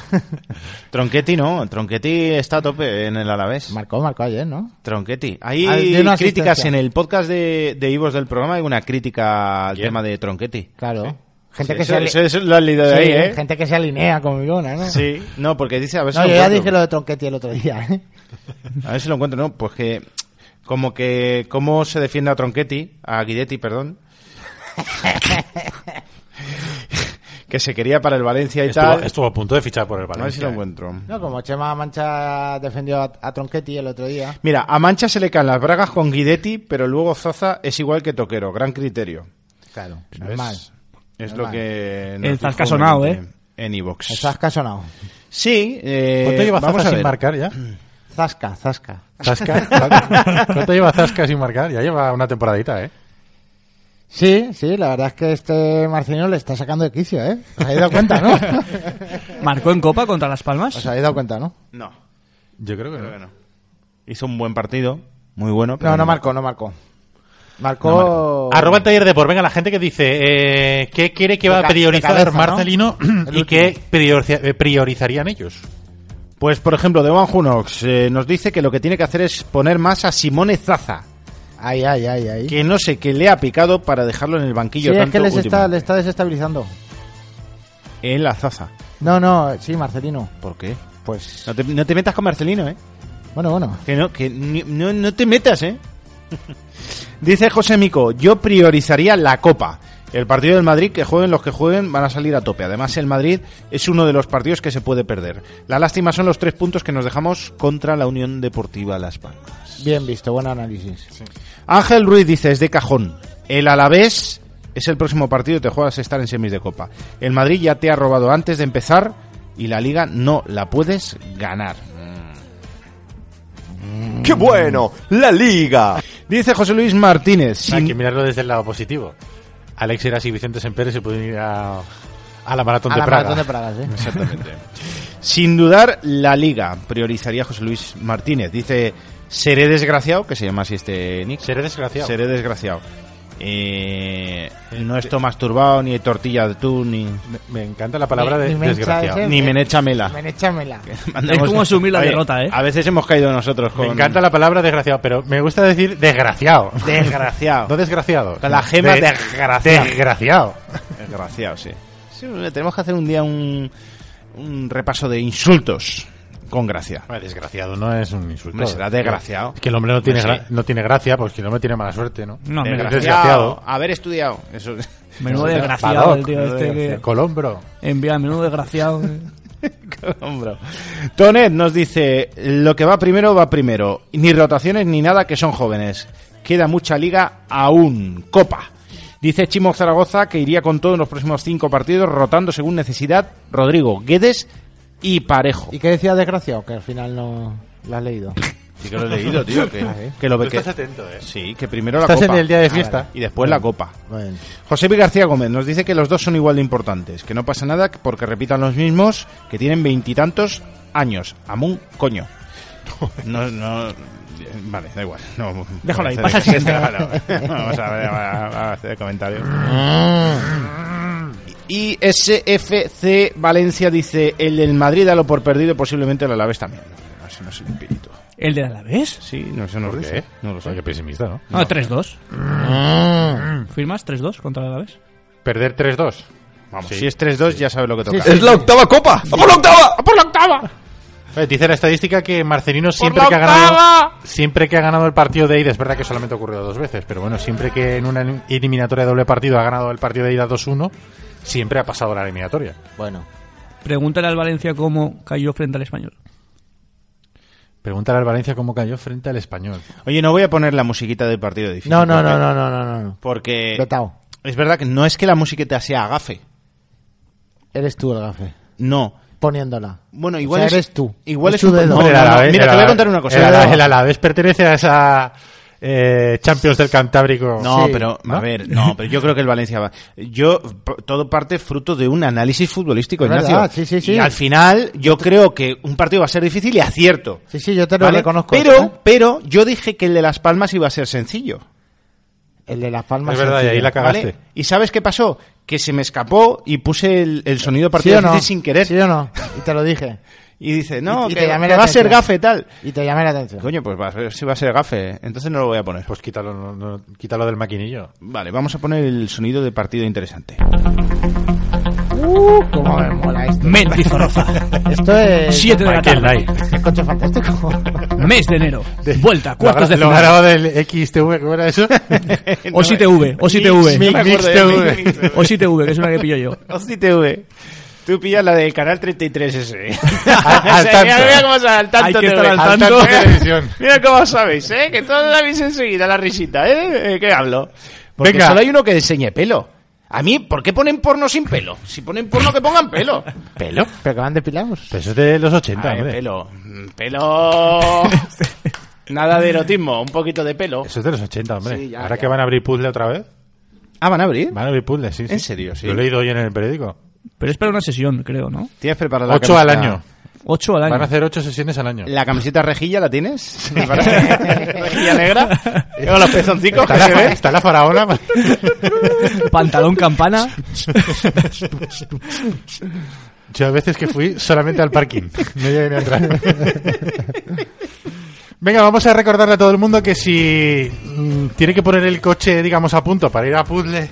Speaker 2: Tronchetti no, Tronchetti está a tope en el Alavés.
Speaker 3: Marcó, marcó ayer, ¿no?
Speaker 2: Tronchetti. Hay
Speaker 3: Ah, dio una
Speaker 2: críticas
Speaker 3: asistencia.
Speaker 2: en el podcast de, de Ivos del programa, hay una crítica al
Speaker 1: ¿Quién?
Speaker 2: tema de Tronchetti.
Speaker 3: Claro.
Speaker 2: Sí,
Speaker 3: Gente que
Speaker 2: eso,
Speaker 3: se ali-
Speaker 2: eso es lo has leído
Speaker 3: sí,
Speaker 2: de ahí, ¿eh?
Speaker 3: Gente que se alinea con Milona, ¿no?
Speaker 2: Sí, no, porque dice a ver si
Speaker 3: No,
Speaker 2: lo
Speaker 3: yo ya
Speaker 2: encuentro.
Speaker 3: dije lo de Tronchetti el otro día. <laughs> ¿eh?
Speaker 2: A ver si lo encuentro, no, pues que como que cómo se defiende a Tronchetti, a Guidetti, perdón. <laughs> que se quería para el Valencia y
Speaker 1: Estuvo,
Speaker 2: Eh, tal.
Speaker 1: estuvo a punto de fichar por el
Speaker 2: a ver
Speaker 1: Valencia.
Speaker 2: si
Speaker 1: ¿eh?
Speaker 2: lo encuentro.
Speaker 3: No, como Chema Mancha defendió a, a Tronchetti el otro día.
Speaker 2: Mira, a Mancha se le caen las bragas con Guidetti, pero luego Zaza es igual que Toquero, gran criterio.
Speaker 3: Claro,
Speaker 2: ¿Ves?
Speaker 3: Pues normal.
Speaker 2: Es
Speaker 3: Normal.
Speaker 2: lo que
Speaker 4: El
Speaker 2: dijo
Speaker 4: zasca sonado,
Speaker 2: un
Speaker 4: ¿eh?
Speaker 2: oyente En Evox.
Speaker 3: Zasca ha sonado.
Speaker 2: Sí, eh,
Speaker 1: ¿Cuánto lleva
Speaker 2: vamos
Speaker 1: Zasca
Speaker 2: a
Speaker 1: sin
Speaker 2: ver.
Speaker 1: marcar ya?
Speaker 3: Zasca, Zasca.
Speaker 1: Zasca, ¿cuánto- ¿Cuánto lleva Zasca sin marcar? Ya lleva una temporadita, ¿eh?
Speaker 3: Sí, sí, la verdad es que este Marcino le está sacando de quicio, ¿eh? ¿Os habéis dado cuenta,
Speaker 2: <laughs>
Speaker 3: no?
Speaker 4: Marcó en Copa contra Las Palmas.
Speaker 3: ¿Os habéis dado cuenta, no?
Speaker 2: No,
Speaker 1: Yo creo que
Speaker 2: creo que
Speaker 1: no.
Speaker 2: no. Hizo un buen partido, muy bueno. pero
Speaker 3: No, no marcó, no marcó. Marcó...
Speaker 2: No
Speaker 1: Arroba el taller de por. Venga, la gente que dice eh, qué quiere que va
Speaker 3: De
Speaker 1: a
Speaker 3: ca- de
Speaker 1: priorizar
Speaker 3: cabeza, ¿no?
Speaker 1: Marcelino
Speaker 3: El
Speaker 1: y qué prioriza- eh, priorizarían ellos.
Speaker 2: Pues, por ejemplo, de Juan Junox eh, nos dice que lo que tiene que hacer es poner más a Simone Zaza,
Speaker 3: Ay, ay, ay, ay.
Speaker 2: que no sé qué le ha picado para dejarlo en el
Speaker 3: Sí,
Speaker 2: banquillo.
Speaker 3: es
Speaker 2: tanto
Speaker 3: que les está, le
Speaker 2: últimamente.
Speaker 3: está desestabilizando.
Speaker 2: Él a Zaza.
Speaker 3: No, no, sí, Marcelino.
Speaker 2: ¿Por qué?
Speaker 3: Pues,
Speaker 2: No te, no te metas con Marcelino, ¿eh?
Speaker 3: bueno, bueno.
Speaker 2: Que no, que ni- no, no te metas, ¿eh? <laughs> Dice José Mico, yo priorizaría la Copa. El partido del Madrid, que jueguen los que jueguen, van a salir a tope. Además, el Madrid es uno de los partidos que se puede perder. La lástima son los tres puntos que nos dejamos contra la Unión Deportiva Las Palmas.
Speaker 3: Bien visto, buen análisis.
Speaker 2: Ángel Ruiz dice, es de cajón. El Alavés es el próximo partido y te juegas a estar en semis de Copa. El Madrid ya te ha robado antes de empezar y la Liga no la puedes ganar. Mm.
Speaker 5: ¡Qué bueno! ¡La liga!
Speaker 2: Dice José Luis Martínez, sin-
Speaker 1: Hay Ah, que mirarlo desde el lado positivo. Alex Heras y Vicente Semper se pueden ir a, a la maratón
Speaker 3: A
Speaker 1: de
Speaker 3: la
Speaker 1: Praga.
Speaker 3: maratón de Praga, sí.
Speaker 2: Sin dudar, la liga priorizaría José Luis Martínez. Dice, seré desgraciado, que se llama así este nick.
Speaker 1: Seré desgraciado.
Speaker 2: Seré desgraciado. Eh, no esto masturbado, ni tortilla de tú, ni,
Speaker 1: Me, me encanta la palabra de
Speaker 3: Ni- ni me
Speaker 1: desgraciado.
Speaker 3: echa ese-
Speaker 2: ni menechamela.
Speaker 3: Menéchamela.
Speaker 2: <laughs> Mandamos-
Speaker 4: Es como asumir la derrota, ¿eh?
Speaker 2: A veces hemos caído nosotros con...
Speaker 1: Me encanta la palabra desgraciado, pero me gusta decir desgraciado. <laughs> No
Speaker 2: Desgraciado.
Speaker 1: desgraciado.
Speaker 2: Con la gema
Speaker 1: De-
Speaker 2: desgraciado.
Speaker 1: Desgraciado.
Speaker 2: desgraciado, sí. Sí, bueno, tenemos que hacer un día un, un repaso de insultos con gracia.
Speaker 1: Hombre, desgraciado no es un insulto.
Speaker 2: Hombre, será desgraciado.
Speaker 1: Es que el hombre no tiene,
Speaker 2: Hombre,
Speaker 1: gra-
Speaker 2: sí.
Speaker 1: no tiene gracia, pues que el hombre tiene mala suerte, ¿no?
Speaker 4: No,
Speaker 1: Es
Speaker 4: desgraciado.
Speaker 1: desgraciado.
Speaker 2: Haber estudiado. Eso. <laughs>
Speaker 4: Menudo
Speaker 1: Eso es
Speaker 4: desgraciado
Speaker 1: Badoc,
Speaker 4: el tío
Speaker 1: menudo
Speaker 4: este que
Speaker 1: desgraciado. Colombro.
Speaker 4: envía, menudo desgraciado.
Speaker 2: Hombro. Tonet nos dice, lo que va primero va primero, ni rotaciones ni nada que son jóvenes. Queda mucha liga aún, copa. Dice Chimo Zaragoza que iría con todo en los próximos cinco partidos, rotando según necesidad Rodrigo, Guedes y Parejo.
Speaker 3: ¿Y qué decía desgraciado? Que al final no lo has leído.
Speaker 2: que lo he leído, tío.
Speaker 1: <laughs>
Speaker 2: Que, que lo ve que-
Speaker 1: atento, ¿eh?
Speaker 2: Sí, que primero la
Speaker 1: Ah, Estás
Speaker 2: copa.
Speaker 1: en el día de fiesta.
Speaker 2: Y después la copa.
Speaker 3: Bueno.
Speaker 2: José P. García Gómez nos dice que los dos son igual de importantes, que no pasa nada porque repitan los mismos, que tienen veintitantos años. Amun, coño. No, no. Vale, da igual. No,
Speaker 4: Déjalo ahí,
Speaker 2: no,
Speaker 4: pasa al
Speaker 2: <laughs>
Speaker 4: siguiente.
Speaker 2: no, no, Vamos a ver, a- a hacer comentarios.
Speaker 1: Mm.
Speaker 2: Y SFC Valencia dice: el del Madrid dalo por perdido y posiblemente el Alavés también. No, eso no es el espíritu.
Speaker 4: ¿El de Alavés?
Speaker 2: Sí, no se nos dice. No lo
Speaker 1: Qué
Speaker 2: sé.
Speaker 1: pesimista, ¿no? Mm.
Speaker 4: No, 3-2. ¿Firmas 3-2 contra el Alavés?
Speaker 1: Perder 3-2.
Speaker 2: Vamos,
Speaker 1: Sí.
Speaker 2: si es 3-2, ya sabe lo que toca.
Speaker 5: ¡Es la octava copa! ¡A por la octava! ¡A por la octava!
Speaker 1: Eh, Dice la estadística que Marcelino siempre que ha ganado siempre que ha ganado el partido de ida, es verdad que solamente ha ocurrido dos veces, pero bueno, siempre que en una eliminatoria de doble partido ha ganado el partido de ida 2-1, siempre ha pasado la eliminatoria.
Speaker 3: Bueno.
Speaker 4: Pregúntale al Valencia cómo cayó frente al español.
Speaker 1: Preguntar al Valencia cómo cayó frente al español.
Speaker 2: Oye, no voy a poner la musiquita del partido difícil.
Speaker 3: No, no,
Speaker 2: porque-
Speaker 3: no, no, no, no, no.
Speaker 2: Porque
Speaker 3: Vetao.
Speaker 2: es verdad que no es que la musiquita sea agafe.
Speaker 3: Eres tú el gafe.
Speaker 2: No.
Speaker 3: Poniéndola.
Speaker 2: Bueno,
Speaker 3: O
Speaker 2: igual
Speaker 3: sea,
Speaker 2: es-
Speaker 3: eres tú.
Speaker 2: igual es
Speaker 3: tu
Speaker 2: un-
Speaker 3: dedo.
Speaker 2: Hombre,
Speaker 1: el
Speaker 2: no, no.
Speaker 1: Alavés- el
Speaker 2: Mira, te voy a
Speaker 1: Alavés-
Speaker 2: contar una cosa. ¿eh?
Speaker 1: El Alavés, el Alavés pertenece a esa eh, Champions del Cantábrico.
Speaker 2: No,
Speaker 3: Sí.
Speaker 2: pero
Speaker 1: ¿No?
Speaker 2: a ver, no, pero yo creo que el Valencia va. Yo p- todo parte fruto de un análisis futbolístico,
Speaker 3: Es verdad,
Speaker 2: Ignacio.
Speaker 3: sí, sí, sí.
Speaker 2: Y al final yo creo que un partido va a ser difícil y acierto.
Speaker 3: Sí, sí, yo te lo
Speaker 2: ¿vale?
Speaker 3: reconozco.
Speaker 2: Pero,
Speaker 3: ¿eh?
Speaker 2: pero yo dije que el de las Palmas iba a ser sencillo.
Speaker 3: El de las palmas.
Speaker 1: Es verdad, y ahí la
Speaker 2: ¿vale?
Speaker 1: cagaste.
Speaker 2: ¿Y sabes qué pasó? Que se me escapó y puse el, el sonido
Speaker 3: ¿Sí
Speaker 2: partido
Speaker 3: o no?
Speaker 2: difícil sin querer.
Speaker 3: ¿Sí o no? Y te lo dije.
Speaker 2: Y dice, no,
Speaker 3: Y- y
Speaker 2: que,
Speaker 3: te llamé
Speaker 2: que
Speaker 3: la
Speaker 2: va a ser
Speaker 3: atención.
Speaker 2: gafe tal.
Speaker 3: Y te llamé la atención.
Speaker 2: Coño, pues va a ser- sí va a ser gafe, entonces no lo voy a poner.
Speaker 1: Pues quítalo, no- no- quítalo del maquinillo.
Speaker 2: Vale, vamos a poner el sonido de partido interesante.
Speaker 3: Uh, cómo <laughs> me mola
Speaker 1: <laughs>
Speaker 3: esto.
Speaker 4: Mendizorroza.
Speaker 3: Esto es...
Speaker 4: 7 de la
Speaker 1: Michael
Speaker 4: tarde.
Speaker 1: Knight.
Speaker 3: Es coche fantástico. <laughs>
Speaker 4: Mes de enero. Vuelta,
Speaker 1: <laughs> Lo
Speaker 4: cuartos de
Speaker 1: gra- Lo
Speaker 4: final.
Speaker 1: grabado del XTV, ¿cómo era
Speaker 2: <laughs>
Speaker 1: eso?
Speaker 4: O
Speaker 1: eh,
Speaker 4: si TV, o si TV.
Speaker 2: Mix, mix,
Speaker 1: Mix TV.
Speaker 2: mix, mix.
Speaker 4: O si TV, que es una que pillo yo.
Speaker 2: O si TV. Tú pillas la del canal 33 ese. <laughs>
Speaker 1: Al tanto.
Speaker 2: Mira cómo sabes, al tanto
Speaker 4: Hay que
Speaker 2: TV.
Speaker 4: estar al
Speaker 2: Al
Speaker 4: tanto.
Speaker 2: <laughs> Mira-
Speaker 1: Televisión.
Speaker 2: Mira cómo sabéis, ¿eh? Que todos sabéis enseguida la risita, ¿eh? ¿Eh? ¿Qué hablo? Porque
Speaker 1: Venga.
Speaker 2: solo hay uno que enseñe pelo. A mí, ¿por qué ponen porno sin pelo? Si ponen porno, que pongan pelo. ¿Pelo?
Speaker 3: Pero que van depilados.
Speaker 1: Pero eso es de los 80,
Speaker 2: Ay,
Speaker 1: hombre.
Speaker 2: pelo. Mm, Pelo. <laughs> Nada de erotismo, un poquito de pelo.
Speaker 1: Eso es de los 80, hombre.
Speaker 2: Sí, ya,
Speaker 1: Ahora
Speaker 2: ya.
Speaker 1: que van a abrir puzzle otra vez.
Speaker 2: Ah, van a abrir.
Speaker 1: Van a abrir puzzle, sí. sí.
Speaker 2: ¿En serio? Sí.
Speaker 1: Lo he leído hoy en el periódico.
Speaker 4: Pero es para una sesión, creo, ¿no?
Speaker 2: ¿Tienes preparada la
Speaker 1: 8 al
Speaker 2: camiseta-
Speaker 1: año.
Speaker 4: 8 al año.
Speaker 1: Van a hacer 8 sesiones al
Speaker 2: <laughs>
Speaker 1: año.
Speaker 2: ¿La camiseta rejilla la <laughs> tienes? ¿Rejilla negra? <laughs> ¿Lleva los pezoncicos? ¿eh?
Speaker 1: Está
Speaker 2: que se
Speaker 1: la,
Speaker 2: ven?
Speaker 1: está la faraona.
Speaker 4: Pantalón campana.
Speaker 1: Yo a veces que fui solamente al parking. No llegué ni a
Speaker 2: <laughs>
Speaker 1: entrar. Venga, vamos a recordarle a todo el mundo que si mm, tiene que poner el coche, digamos, a punto para ir a puzzle,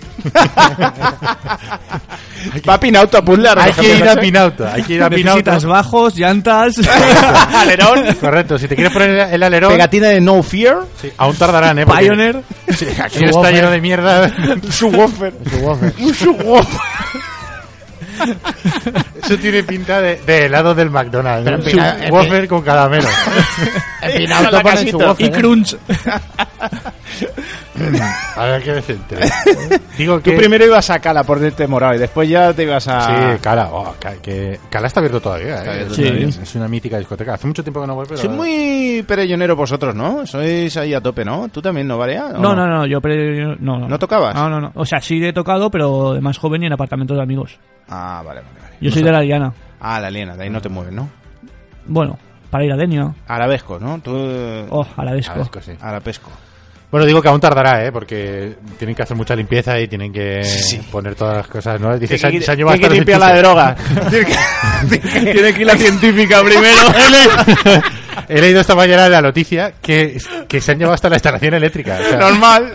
Speaker 2: Va a Pinauto a puzzlar.
Speaker 1: hay
Speaker 2: ¿no?
Speaker 1: que ir a Pinauta. Hay que ir a Pinauta.
Speaker 4: Necesitas bajos, llantas. <laughs>
Speaker 2: <laughs> Alerón.
Speaker 1: Correcto, si te quieres poner el- el alerón,
Speaker 2: Pegatina de No Fear.
Speaker 1: sí, aún tardarán, ¿eh? Porque-
Speaker 4: Pioneer.
Speaker 1: <laughs> Sí, aquí está lleno de mierda.
Speaker 2: Subwoofer.
Speaker 3: Subwoofer.
Speaker 2: Un subwoofer.
Speaker 1: <laughs> Eso tiene pinta de, de helado del McDonald's. ¿no?
Speaker 3: Pero en Pina- en
Speaker 1: Subwoofer con caramelo.
Speaker 2: <laughs>
Speaker 3: En
Speaker 2: Para
Speaker 3: Pinauto
Speaker 2: la
Speaker 3: ponen
Speaker 2: casita.
Speaker 3: subwoofer,
Speaker 4: Y
Speaker 3: ¿eh?
Speaker 4: crunch.
Speaker 1: A ver qué me centro. Digo que...
Speaker 2: Tú primero ibas a Cala por este morado y después ya te ibas a...
Speaker 1: Sí, Cala. oh, Ca- que... Cala está abierto todavía. ¿eh?
Speaker 2: abierto
Speaker 1: Sí.
Speaker 4: todavía.
Speaker 1: Es una mítica discoteca. Hace mucho tiempo que no voy, pero...
Speaker 2: Sois muy perellonero vosotros, ¿no? Sois ahí a tope, ¿no? ¿Tú también, no, Varea? ¿O
Speaker 4: No, no, no, yo pre- no, no.
Speaker 2: ¿No tocabas?
Speaker 4: No, no, no. O sea, sí he tocado, pero de más joven y en apartamentos de amigos.
Speaker 2: Ah, vale, vale, vale.
Speaker 4: Yo soy de la Diana.
Speaker 2: Ah, la aliena, de ahí no te mueves, ¿no?
Speaker 4: Bueno, para ir a Denia.
Speaker 2: Arabesco, ¿no? Tú... eh,
Speaker 4: Oh, arabesco.
Speaker 1: Arabesco, pues sí.
Speaker 2: Arabesco.
Speaker 1: Bueno, digo que aún tardará, ¿eh? Porque tienen que hacer mucha limpieza y tienen que poner todas las cosas, ¿no? Dice, se, han- se han llevado hasta los enchufes.
Speaker 2: droga.
Speaker 1: <laughs>
Speaker 4: Tiene que ir la científica <laughs> primero.
Speaker 1: He leído esta mañana la noticia que, que se han llevado hasta la instalación eléctrica. o sea,
Speaker 2: <laughs> Normal.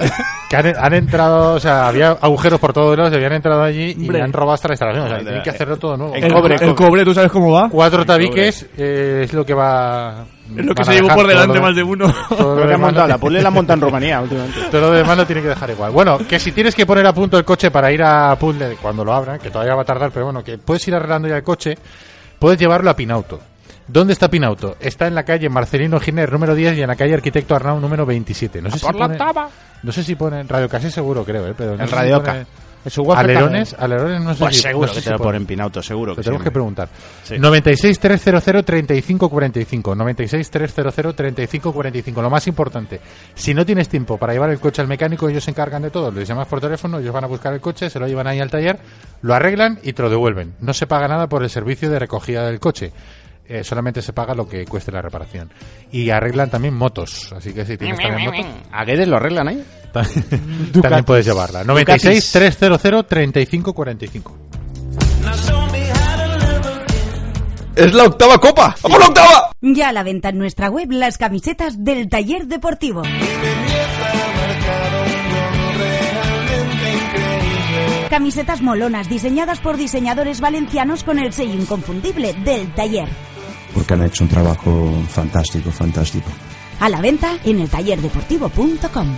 Speaker 1: Que han, han entrado, o sea, había agujeros por todos lados, y habían entrado allí y
Speaker 4: Hombre.
Speaker 1: han robado hasta la instalación. O sea,
Speaker 2: Vale,
Speaker 1: tienen que
Speaker 2: vale.
Speaker 1: hacerlo todo nuevo.
Speaker 4: El
Speaker 2: eh, El
Speaker 4: cobre,
Speaker 2: cobre,
Speaker 4: el cobre, ¿tú sabes cómo va?
Speaker 1: Cuatro tabiques eh, es lo que va.
Speaker 4: Es lo que
Speaker 1: van
Speaker 4: se
Speaker 1: a
Speaker 4: llevó
Speaker 1: dejar,
Speaker 4: por
Speaker 1: todo
Speaker 4: delante
Speaker 1: lo de-
Speaker 4: más de uno.
Speaker 1: Todo lo,
Speaker 2: Lo que han
Speaker 1: demás
Speaker 2: montado,
Speaker 1: lo,
Speaker 2: la pulé la monta en Rumanía últimamente.
Speaker 1: todo lo demás lo tiene que dejar igual. Bueno, que si tienes que poner a punto el coche para ir a Puzzle cuando lo abran, que todavía va a tardar, pero bueno, que puedes ir arreglando ya el coche, puedes llevarlo a Pinauto. ¿Dónde está Pinauto? Está en la calle Marcelino Giner número 10 y en la calle Arquitecto Arnau número 27. No sé si pone- No sé si ponen Radio Casi seguro, creo, ¿eh? pero no
Speaker 2: El
Speaker 1: sé si
Speaker 2: Radio
Speaker 1: pone-
Speaker 3: El subwoofer
Speaker 1: Alerones, alerones no sé
Speaker 2: Pues
Speaker 1: si- no
Speaker 2: seguro
Speaker 1: sé
Speaker 2: que
Speaker 1: si
Speaker 2: te lo
Speaker 1: pone.
Speaker 2: ponen Pinauto, seguro que
Speaker 1: Lo tenemos
Speaker 2: sí.
Speaker 1: que preguntar.
Speaker 2: Sí.
Speaker 1: 96 300 3545 96 300 3545 Lo más importante, si no tienes tiempo para llevar el coche al mecánico, ellos se encargan de todo. Lo llamas por teléfono, ellos van a buscar el coche, se lo llevan ahí al taller, lo arreglan y te lo devuelven. No se paga nada por el servicio de recogida del coche. Eh, solamente se paga lo que cueste la reparación. Y arreglan también motos. Así que si tienes también motos,
Speaker 2: ¿A Guedes lo arreglan ahí?
Speaker 1: también puedes llevarla. 96 300 3545
Speaker 5: Es la octava copa. ¡A por la octava!
Speaker 6: Ya a la venta en nuestra web las camisetas del taller deportivo. Camisetas molonas diseñadas por diseñadores valencianos con el sello inconfundible del taller.
Speaker 7: porque han hecho un trabajo fantástico, fantástico.
Speaker 6: A la venta en el tallerdeportivo.com.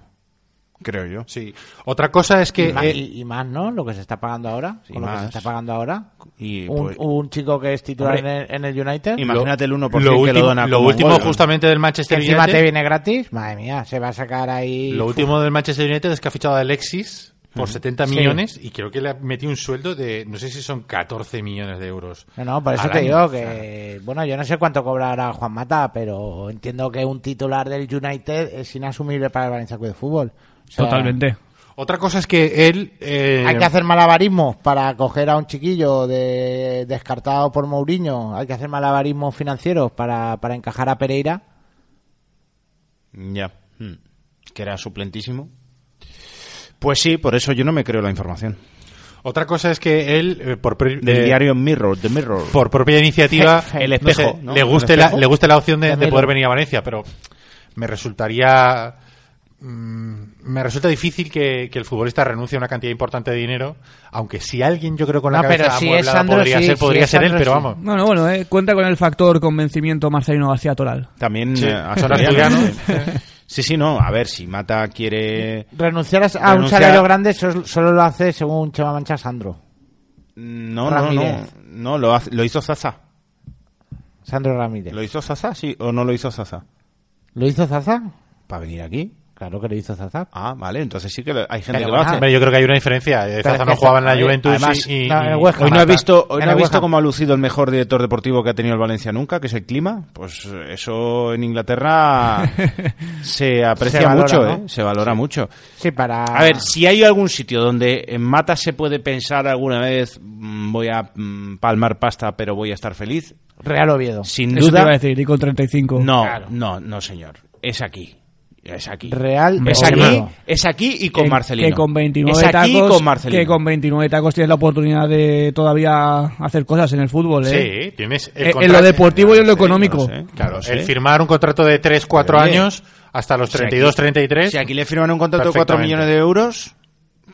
Speaker 2: Creo yo.
Speaker 1: Sí. Otra cosa es que...
Speaker 3: y, más,
Speaker 1: eh,
Speaker 3: y- y más, ¿no? Lo que se está pagando ahora.
Speaker 2: Sí,
Speaker 3: con lo que
Speaker 2: más.
Speaker 3: se está pagando ahora.
Speaker 2: Y,
Speaker 3: Un,
Speaker 2: pues,
Speaker 3: un chico que es titular en
Speaker 2: Hombre,
Speaker 3: el, en el United.
Speaker 2: imagínate el 1%
Speaker 1: lo
Speaker 2: que
Speaker 1: último,
Speaker 2: lo dona
Speaker 1: lo
Speaker 2: como un
Speaker 1: último
Speaker 2: gol.
Speaker 1: justamente del
Speaker 3: que
Speaker 1: Manchester
Speaker 3: encima
Speaker 1: United...
Speaker 3: te viene gratis. Madre mía, se va a sacar ahí.
Speaker 1: Lo último del Manchester United es que ha fichado a Alexis por 70
Speaker 3: Sí.
Speaker 1: millones y creo que le ha metido un sueldo de, no sé si son 14 millones de euros.
Speaker 3: No, no, por eso
Speaker 1: al
Speaker 3: te
Speaker 1: año,
Speaker 3: digo
Speaker 1: o
Speaker 3: que,
Speaker 1: sea.
Speaker 3: bueno, yo no sé cuánto cobrará Juan Mata, pero entiendo que un titular del United es inasumible para el Valencia Club de Fútbol. O sea,
Speaker 4: totalmente.
Speaker 1: Otra cosa es que él... eh,
Speaker 3: Hay que hacer malabarismos para coger a un chiquillo de, descartado por Mourinho. Hay que hacer malabarismos financieros para, para encajar a Pereira.
Speaker 2: Ya. Mm. Que era suplentísimo. Pues sí, por eso yo no me creo la información.
Speaker 1: Otra cosa es que él, eh, por, pre-
Speaker 2: Del
Speaker 1: eh,
Speaker 2: diario Mirror, The Mirror.
Speaker 1: por propia
Speaker 3: <laughs>
Speaker 1: iniciativa,
Speaker 2: El
Speaker 1: no
Speaker 2: espejo,
Speaker 1: sé,
Speaker 2: ¿no?
Speaker 1: le, guste
Speaker 2: El
Speaker 1: la,
Speaker 2: espejo.
Speaker 1: le guste la opción de,
Speaker 3: Ya
Speaker 1: de
Speaker 3: miro.
Speaker 1: poder venir a Valencia, pero mm, me resultaría... mm, Me resulta difícil que, que el futbolista renuncie a una cantidad importante de dinero, aunque si alguien yo creo con la
Speaker 3: No,
Speaker 1: cabeza
Speaker 3: pero si es
Speaker 1: amueblada
Speaker 3: Sandro,
Speaker 1: podría
Speaker 3: sí,
Speaker 1: ser,
Speaker 3: si
Speaker 1: podría
Speaker 3: es
Speaker 1: ser él,
Speaker 3: Sandro,
Speaker 1: pero
Speaker 3: sí.
Speaker 1: vamos.
Speaker 4: Bueno, bueno, eh, cuenta con el factor convencimiento Marcelino García Toral.
Speaker 2: También
Speaker 1: Sí,
Speaker 2: eh,
Speaker 1: son
Speaker 2: asturiano.
Speaker 1: asturianos.
Speaker 2: sí, sí, no. A ver, si Mata quiere...
Speaker 3: Renunciar a, a un
Speaker 2: Renunciar-
Speaker 3: salario grande sol- solo lo hace según Chema Mancha Sandro.
Speaker 2: No, no, no.
Speaker 3: Ramírez.
Speaker 2: No, lo, hace- lo hizo Zaza.
Speaker 3: Sandro Ramírez.
Speaker 2: ¿Lo hizo Zaza, sí? ¿O no lo hizo Zaza?
Speaker 3: ¿Lo hizo Zaza?
Speaker 2: ¿Para venir aquí?
Speaker 3: Claro que lo hizo Zaza.
Speaker 2: Ah, vale. Entonces sí que lo- hay gente
Speaker 3: Pero
Speaker 2: que lo
Speaker 3: bueno,
Speaker 2: hace.
Speaker 1: Hombre, yo creo que hay una
Speaker 2: <laughs>
Speaker 1: diferencia. Eh, Zaza
Speaker 3: es
Speaker 1: no
Speaker 3: que
Speaker 1: jugaba en
Speaker 3: está-
Speaker 1: la Juventus
Speaker 2: además,
Speaker 1: y, y-
Speaker 3: no, en el
Speaker 1: y-
Speaker 3: West Ham.
Speaker 2: Hoy no ha
Speaker 3: Mata.
Speaker 2: visto, hoy
Speaker 3: En
Speaker 2: no ha
Speaker 3: el
Speaker 2: visto
Speaker 3: West Ham.
Speaker 2: cómo ha lucido el mejor director deportivo que ha tenido el Valencia nunca, que es el clima. Pues eh, eso
Speaker 4: <laughs>
Speaker 2: en Inglaterra se aprecia
Speaker 3: Se valora,
Speaker 2: mucho,
Speaker 3: ¿no?
Speaker 2: ¿eh? se valora mucho.
Speaker 3: Sí, para...
Speaker 4: Ah.
Speaker 2: A ver, si hay algún sitio donde en Mata se puede pensar alguna vez, mm, voy a mm, palmar pasta, pero voy a estar feliz,
Speaker 3: Real Oviedo.
Speaker 2: sin
Speaker 4: Eso te iba a
Speaker 2: duda.
Speaker 4: decir, y con 35.
Speaker 2: No, no, no, señor. Es aquí. Es aquí.
Speaker 3: Real
Speaker 2: Es aquí,
Speaker 3: Oviedo.
Speaker 2: es aquí y con
Speaker 4: Eh, que-
Speaker 2: Marcelino.
Speaker 4: Que con 29
Speaker 2: es aquí
Speaker 4: tacos,
Speaker 2: con Marcelino.
Speaker 4: Que con 29 tacos tienes la oportunidad de todavía hacer cosas en el fútbol, ¿eh?
Speaker 1: Sí, tienes el
Speaker 4: Eh, en
Speaker 1: contrato-
Speaker 4: lo deportivo y en lo
Speaker 2: Sí,
Speaker 4: económico.
Speaker 2: no lo sé,
Speaker 1: Claro,
Speaker 2: no lo
Speaker 1: el
Speaker 2: sé.
Speaker 1: firmar un contrato de 3, 4
Speaker 2: Oye,
Speaker 1: años hasta los
Speaker 2: si aquí-
Speaker 1: 32,
Speaker 4: ¿Eh?
Speaker 1: 33.
Speaker 2: Si aquí le firman un contrato de 4
Speaker 1: Perfectamente.
Speaker 2: millones de euros,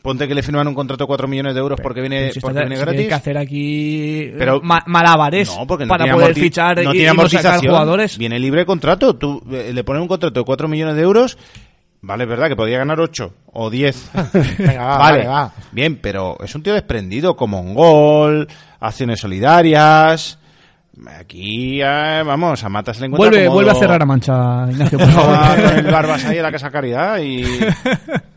Speaker 2: ponte que le firman un contrato de 4 millones de euros porque viene,
Speaker 4: Si está-
Speaker 2: porque
Speaker 4: si
Speaker 2: viene
Speaker 4: tienes
Speaker 2: gratis.
Speaker 4: que hacer aquí
Speaker 2: Pero-
Speaker 4: pero, malabares
Speaker 2: No, porque no
Speaker 4: para
Speaker 2: tiene
Speaker 4: poder
Speaker 2: amorti-
Speaker 4: fichar
Speaker 2: no
Speaker 4: y,
Speaker 2: tiene
Speaker 4: y no sacar
Speaker 2: amortización.
Speaker 4: jugadores.
Speaker 2: Viene libre de contrato. Tú eh, le pones un contrato de 4 millones de euros. Vale, es verdad que podía ganar 8
Speaker 4: <laughs>
Speaker 2: o 10.
Speaker 3: Venga, va, vale, va.
Speaker 2: Bien, pero es un tío desprendido como un gol, acciones solidarias. Aquí, eh, vamos, a Mata se le encuentra
Speaker 4: Vuelve,
Speaker 2: cómodo.
Speaker 4: vuelve a cerrar a mancha, Ignacio,
Speaker 2: <laughs>
Speaker 4: por <laughs>
Speaker 2: Ah, con el
Speaker 4: favor.
Speaker 2: Barbas ahí en la Casa Caridad y,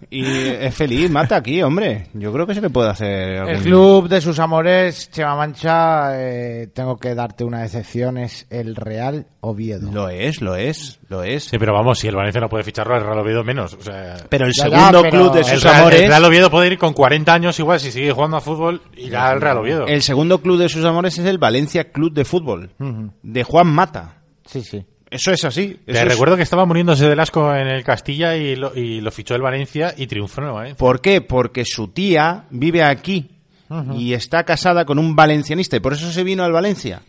Speaker 2: y es feliz, mata aquí, hombre. Yo creo que se le puede hacer algún-
Speaker 3: El club de sus amores, Chema Mancha, eh, tengo que darte una decepción, es el Real Oviedo.
Speaker 2: Lo es, lo es, lo es.
Speaker 1: Sí, pero vamos, si el Valencia no puede ficharlo, el Real Oviedo menos. O sea,
Speaker 2: Pero el
Speaker 3: Ya,
Speaker 2: segundo
Speaker 3: ya, pero-
Speaker 2: club de
Speaker 3: El
Speaker 2: sus
Speaker 1: el, Real,
Speaker 2: amores,
Speaker 1: el Real Oviedo puede ir con 40 años igual si sigue jugando a fútbol y ya el Real Oviedo.
Speaker 2: el segundo club de sus amores es el Valencia Club de Fútbol de Juan Mata.
Speaker 3: Sí, sí.
Speaker 2: Eso es así.
Speaker 1: Te
Speaker 2: eso es-
Speaker 1: recuerdo que estaba muriéndose del asco en el Castilla y lo, y lo fichó el Valencia y triunfó ¿eh? en el Valencia.
Speaker 2: ¿Por qué? Porque su tía vive aquí y está casada con un valencianista y por eso se vino al Valencia.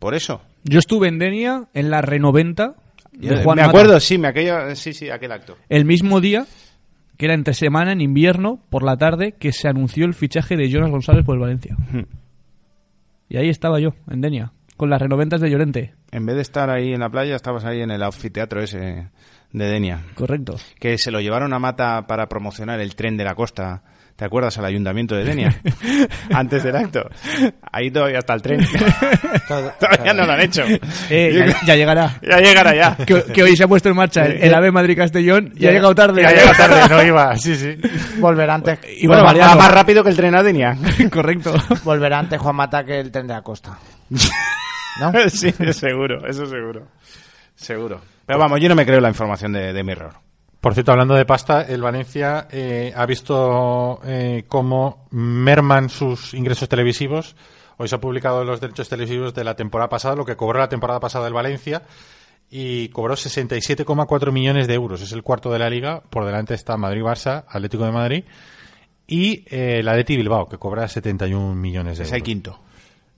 Speaker 2: Por eso.
Speaker 4: Yo estuve en Denia en la Renoventa. de Juan
Speaker 2: me
Speaker 4: Mata.
Speaker 2: acuerdo, sí, me aquello, sí, sí, aquel acto.
Speaker 4: El mismo día, que era entre semana, en invierno, por la tarde, que se anunció el fichaje de Jonas González por el Valencia. Y ahí estaba yo, en Denia, con las renoventas de Llorente.
Speaker 2: En vez de estar ahí en la playa, estabas ahí en el anfiteatro ese de Denia.
Speaker 4: Correcto.
Speaker 2: Que se lo llevaron a Mata para promocionar el tren de la costa. ¿Te acuerdas al ayuntamiento de Denia? Antes del acto. Ahí todavía está el tren. todavía no lo han hecho.
Speaker 4: Eh, ya, ya llegará.
Speaker 2: Ya llegará, ya.
Speaker 4: Que, que hoy se ha puesto en marcha el,
Speaker 2: <laughs>
Speaker 4: el AVE Madrid-Castellón y ha llegado tarde.
Speaker 2: Ya
Speaker 4: <laughs>
Speaker 2: ha llegado tarde, no iba, sí, sí. <laughs>
Speaker 3: Volverá antes.
Speaker 4: Y
Speaker 2: bueno, va- va
Speaker 3: Mariano.
Speaker 2: más rápido que el tren a Denia.
Speaker 4: Correcto.
Speaker 3: Volverá antes Juan Mata que el tren de la costa. ¿No?
Speaker 2: <laughs> sí, seguro, eso seguro. Seguro. Pero vamos, yo no me creo la información de, de Mirror.
Speaker 1: Por cierto, hablando de pasta, el Valencia eh, ha visto eh, cómo merman sus ingresos televisivos. Hoy se han publicado los derechos televisivos de la temporada pasada, lo que cobró la temporada pasada el Valencia, y cobró 67,4 millones de euros. Es el cuarto de la liga. Por delante está Madrid-Barça, Atlético de Madrid, y eh, la de Bilbao, que cobra 71 millones de
Speaker 2: Es
Speaker 1: euros.
Speaker 2: el quinto.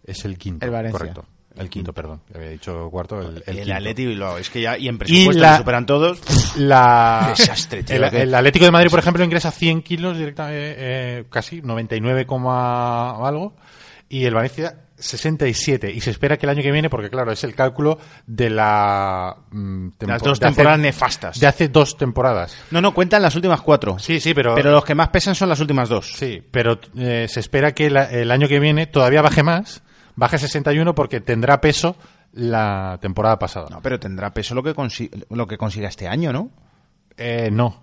Speaker 1: Es el quinto.
Speaker 2: El Valencia.
Speaker 1: Correcto. El quinto, perdón. Había dicho cuarto. El,
Speaker 2: El,
Speaker 1: el quinto.
Speaker 2: Atleti Bilbao. Es que ya, y en presupuesto
Speaker 1: la-
Speaker 2: lo superan todos.
Speaker 1: La,
Speaker 2: Desastre, tío,
Speaker 1: el,
Speaker 2: que-
Speaker 1: el Atlético de Madrid, por ejemplo, ingresa 100 kilos directamente, eh, casi 99, coma algo, y el Valencia 67. Y se espera que el año que viene, porque claro, es el cálculo de la mm, tempo-
Speaker 2: Las dos
Speaker 1: de hace-
Speaker 2: temporadas nefastas.
Speaker 1: de hace dos temporadas.
Speaker 2: No, no, cuentan las últimas cuatro.
Speaker 1: Sí, sí, pero
Speaker 2: Pero los que más pesan son las últimas dos.
Speaker 1: Sí, pero eh, se espera que la- el año que viene todavía baje más, baje 61 porque tendrá peso la temporada pasada.
Speaker 2: No, pero tendrá peso lo que, consi- lo que consiga este año, ¿no?
Speaker 1: Eh, no.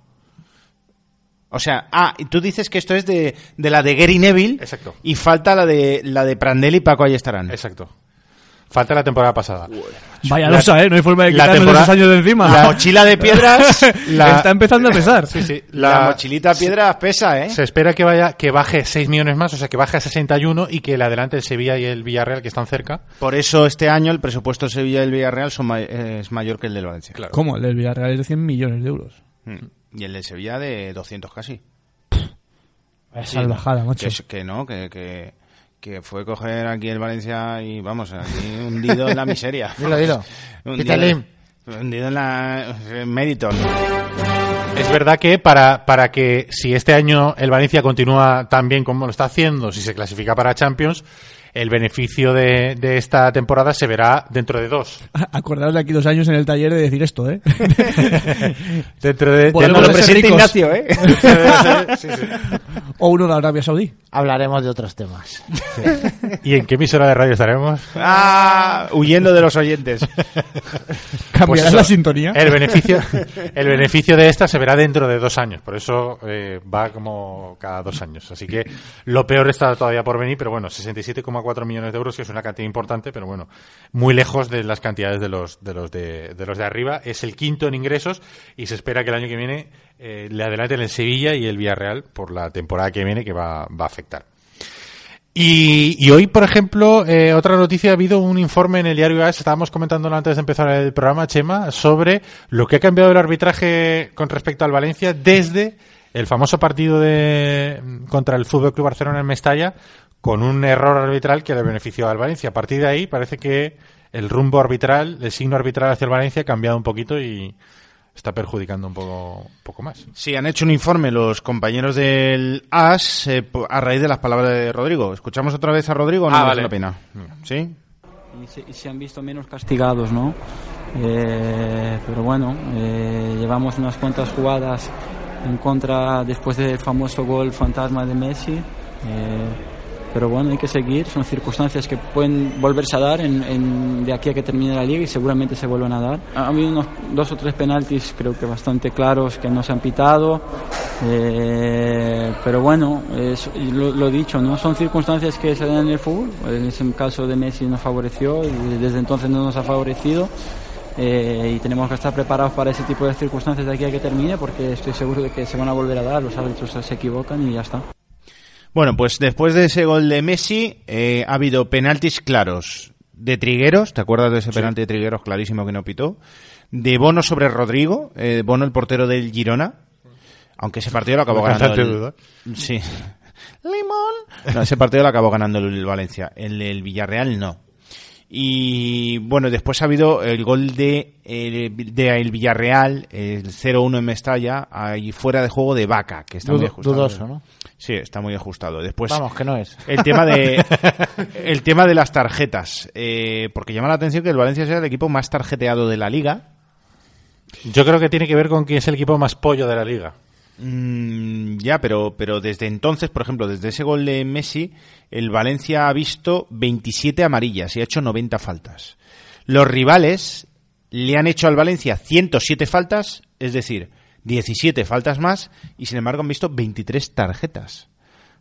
Speaker 2: O sea, ah, y tú dices que esto es de, de la de Gary Neville.
Speaker 1: Exacto.
Speaker 2: Y falta la de la de Prandelli y Paco ahí estarán.
Speaker 1: Exacto. Falta la temporada pasada.
Speaker 4: Vaya
Speaker 1: La-
Speaker 4: losa, ¿eh? No hay forma de
Speaker 1: la
Speaker 4: quitarnos
Speaker 1: temporada-
Speaker 4: esos años de encima.
Speaker 1: Ah.
Speaker 2: La mochila
Speaker 1: <laughs>
Speaker 2: de piedras.
Speaker 1: La-
Speaker 4: Está empezando a pesar.
Speaker 1: Sí, sí.
Speaker 2: la,
Speaker 1: La-
Speaker 2: mochilita de piedras pesa, ¿eh?
Speaker 1: Se espera que vaya que baje 6 millones más, o sea, que baje a 61 y que le adelante el Sevilla y el Villarreal, que están cerca.
Speaker 2: Por eso este año el presupuesto de Sevilla y del Villarreal son ma- es mayor que el del Valencia.
Speaker 4: ¿Cómo? El del Villarreal es de 100 millones de euros.
Speaker 2: Mm. Y el de Sevilla de 200 casi.
Speaker 4: Vaya
Speaker 2: Ah, Sí,
Speaker 4: salvajada,
Speaker 2: no,
Speaker 4: macho.
Speaker 2: Que, es- que no, que, que, que fue coger aquí el Valencia y vamos, aquí hundido en la miseria.
Speaker 3: <laughs> Dilo, dilo.
Speaker 2: <laughs> hundido,
Speaker 3: Peter Lim.
Speaker 2: hundido en la. en méritos.
Speaker 1: Es verdad que para, para que si este año el Valencia continúa tan bien como lo está haciendo, si se clasifica para Champions, el beneficio de, de esta temporada se verá dentro de dos.
Speaker 4: <laughs> Acordaos de aquí dos años en el taller de decir esto,
Speaker 2: <laughs>
Speaker 4: ¿eh?
Speaker 1: Dentro de,
Speaker 4: Podemos
Speaker 1: dentro de-
Speaker 4: ser ricos.
Speaker 2: ¿eh?
Speaker 1: <laughs>
Speaker 4: O uno de Arabia Saudí.
Speaker 2: Pues
Speaker 3: Hablaremos de otros
Speaker 2: <laughs>
Speaker 3: temas.
Speaker 1: ¿Y en qué emisora de radio estaremos?
Speaker 2: Ah, huyendo de los oyentes.
Speaker 1: Pues
Speaker 4: ¿Cambiarás
Speaker 1: eso,
Speaker 4: la sintonía? <laughs>
Speaker 1: El beneficio, el beneficio de esta se verá dentro de dos años, por eso eh, va como cada dos años. Así que lo peor está todavía por venir, pero bueno, 67,4 millones de euros, que es una cantidad importante, pero bueno, muy lejos de las cantidades de los de, los de, de los de arriba. Es el quinto en ingresos y se espera que el año que viene eh, le adelanten el Sevilla y el Villarreal por la temporada que viene que va, va a afectar. Y, y hoy, por ejemplo, eh, otra noticia, ha habido un informe en el diario AS, estábamos comentándolo antes de empezar el programa, Chema, sobre lo que ha cambiado el arbitraje con respecto al Valencia desde el famoso partido de, mm, contra el Fútbol Club Barcelona en Mestalla, con un error arbitral que le benefició al Valencia. A partir de ahí, parece que el rumbo arbitral, el signo arbitral hacia el Valencia ha cambiado un poquito y está perjudicando un poco, un poco más.
Speaker 2: Sí, han hecho un informe los compañeros del AS eh, po- a raíz de las palabras de Rodrigo. ¿Escuchamos otra vez a Rodrigo o no
Speaker 8: Ah,
Speaker 2: merece
Speaker 8: vale.
Speaker 2: la pena? ¿Sí?
Speaker 8: y se, y se han visto menos castigados, ¿no? Eh, pero bueno, eh, llevamos unas cuantas jugadas en contra después del famoso gol fantasma de Messi. eh, pero bueno, hay que seguir, son circunstancias que pueden volverse a dar en- en- de aquí a que termine la liga y seguramente se vuelvan a dar. Ha habido unos dos o tres penaltis creo que bastante claros que no se han pitado, eh, pero bueno, es- y lo, lo dicho, ¿no? Son circunstancias que se dan en el fútbol. En ese caso de Messi nos favoreció y desde entonces no nos ha favorecido. Eh, y tenemos que estar preparados para ese tipo de circunstancias de aquí a que termine porque estoy seguro de que se van a volver a dar, los árbitros se equivocan y ya está.
Speaker 2: Bueno, pues después de ese gol de Messi eh, ha habido penaltis claros de Trigueros, ¿te acuerdas de ese penalti de Trigueros clarísimo que no pitó? De Bono sobre Rodrigo, eh, Bono el portero del Girona, aunque ese partido lo acabó ganando
Speaker 1: Bastante
Speaker 2: el-
Speaker 1: duda.
Speaker 2: Sí. Limón. No, ese partido lo acabó ganando el Valencia, el, el Villarreal no. Y bueno, después ha habido el gol de, eh, de el Villarreal, el 0-1 en Mestalla, ahí fuera de juego de Vaca, que está muy
Speaker 3: Dudo-
Speaker 2: ajustado.
Speaker 3: dudoso, ¿no?
Speaker 2: Sí, está muy ajustado. Después
Speaker 3: Vamos, que no es.
Speaker 2: el
Speaker 3: <laughs>
Speaker 2: tema de el tema de las tarjetas, eh, porque llama la atención que el Valencia sea el equipo más tarjeteado de la liga.
Speaker 1: Yo creo que tiene que ver con quién es el equipo más pollo de la liga.
Speaker 2: Mm, ya, pero, pero desde entonces, por ejemplo, desde ese gol de Messi, el Valencia ha visto 27 amarillas y ha hecho 90 faltas. Los rivales le han hecho al Valencia 107 faltas, es decir, 17 faltas más, y sin embargo han visto 23 tarjetas.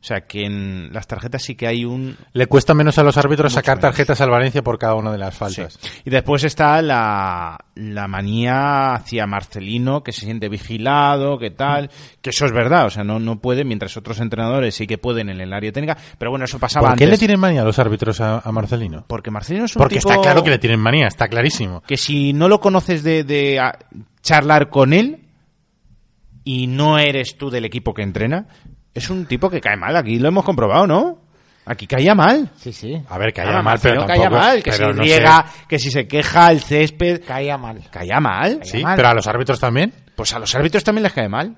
Speaker 2: O sea que en las tarjetas sí que hay un,
Speaker 1: Le cuesta menos a los árbitros
Speaker 2: Mucho
Speaker 1: sacar
Speaker 2: menos.
Speaker 1: tarjetas al Valencia por cada una de las faltas.
Speaker 2: Y después está la, la manía hacia Marcelino, que se siente vigilado, que tal, que eso es verdad, o sea, no, no puede, mientras otros entrenadores sí que pueden en el área técnica, pero bueno, eso pasaba
Speaker 1: ¿Por qué
Speaker 2: antes.
Speaker 1: le tienen manía a los árbitros a, a Marcelino?
Speaker 2: Porque Marcelino es un
Speaker 1: Porque
Speaker 2: tipo
Speaker 1: está claro que le tienen manía, está clarísimo.
Speaker 2: que si no lo conoces de, de, a, charlar con él y no eres tú del equipo que entrena, es un tipo que cae mal, aquí lo hemos comprobado, ¿no? Aquí caía mal.
Speaker 3: Sí, sí.
Speaker 1: A ver, que haya
Speaker 2: Ah,
Speaker 1: mal, pero
Speaker 2: Marcelino
Speaker 1: tampoco...
Speaker 2: caía mal, que
Speaker 1: pero
Speaker 2: si
Speaker 1: no sé.
Speaker 2: riega, que si se queja el césped,
Speaker 3: caía mal.
Speaker 2: Caía mal.
Speaker 1: Sí, mal. pero a los árbitros también. <laughs>
Speaker 2: Pues a los árbitros también les cae mal.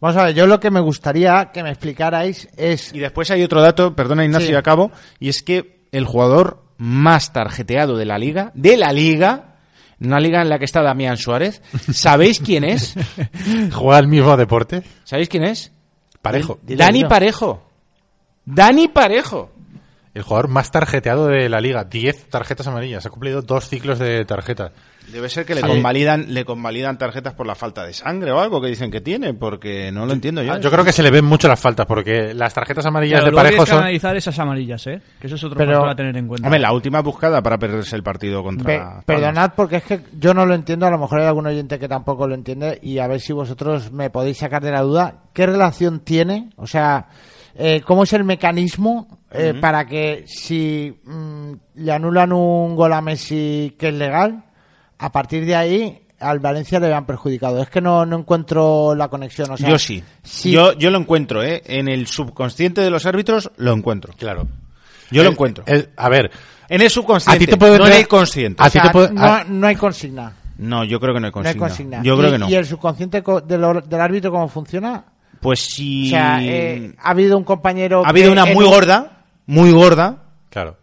Speaker 3: Vamos a ver, yo lo que me gustaría que me explicarais es...
Speaker 2: Y después hay otro dato, perdona Ignacio,
Speaker 3: Sí.
Speaker 2: y acabo, y es que el jugador más tarjeteado de la liga, de la liga, una liga en la que está
Speaker 1: <laughs>
Speaker 2: Damián Suárez, ¿sabéis quién es?
Speaker 1: ¿Juega el mismo deporte?
Speaker 2: ¿Sabéis quién es?
Speaker 1: Parejo.
Speaker 2: Dani Parejo. Dani Parejo.
Speaker 1: El jugador más tarjeteado de la liga. 10 tarjetas amarillas. Ha cumplido dos ciclos de tarjetas.
Speaker 2: Debe ser que
Speaker 1: le convalidan-
Speaker 2: le convalidan tarjetas por la falta de sangre o algo que dicen que tiene, porque no lo entiendo
Speaker 1: Ah, Yo creo que se le ven mucho las faltas porque las tarjetas amarillas
Speaker 4: Claro,
Speaker 1: de
Speaker 4: luego
Speaker 1: parejo
Speaker 4: tienes que
Speaker 1: son...
Speaker 4: analizar esas amarillas, ¿eh? Que eso es otro
Speaker 3: Pero-
Speaker 4: factor a tener en cuenta.
Speaker 2: Hombre, la última buscada para perderse el partido contra...
Speaker 3: Pe-
Speaker 2: Palmas.
Speaker 3: perdonad porque es que yo no lo entiendo, a lo mejor hay algún oyente que tampoco lo entiende y a ver si vosotros me podéis sacar de la duda qué relación tiene, o sea, eh, cómo es el mecanismo eh,
Speaker 9: Ujú.
Speaker 3: para que si mm, le anulan un gol a Messi que es legal, a partir de ahí al Valencia le han perjudicado. Es que no, no encuentro la conexión. O sea,
Speaker 2: yo sí.
Speaker 3: si-
Speaker 2: Yo, yo lo encuentro, ¿eh? En el subconsciente de los árbitros lo encuentro.
Speaker 1: Claro.
Speaker 2: Yo lo
Speaker 1: El-
Speaker 2: encuentro.
Speaker 1: el- a ver.
Speaker 2: En el subconsciente.
Speaker 1: A ti te puede
Speaker 2: no en
Speaker 1: entrar-
Speaker 2: el consciente.
Speaker 3: o
Speaker 1: a ti
Speaker 3: sea,
Speaker 1: te puede-
Speaker 3: no,
Speaker 1: a-
Speaker 3: no hay consigna.
Speaker 2: No, yo creo que no hay
Speaker 3: No hay
Speaker 2: consigna.
Speaker 3: consigna.
Speaker 2: Yo creo
Speaker 3: ¿Y-
Speaker 2: que no.
Speaker 3: ¿Y el subconsciente co- del or- del árbitro cómo funciona?
Speaker 2: Pues sí.
Speaker 3: O sea, eh, ha habido un compañero.
Speaker 2: ha habido
Speaker 3: que
Speaker 2: una
Speaker 3: en
Speaker 2: muy
Speaker 3: un-
Speaker 2: gorda, muy gorda.
Speaker 1: Claro.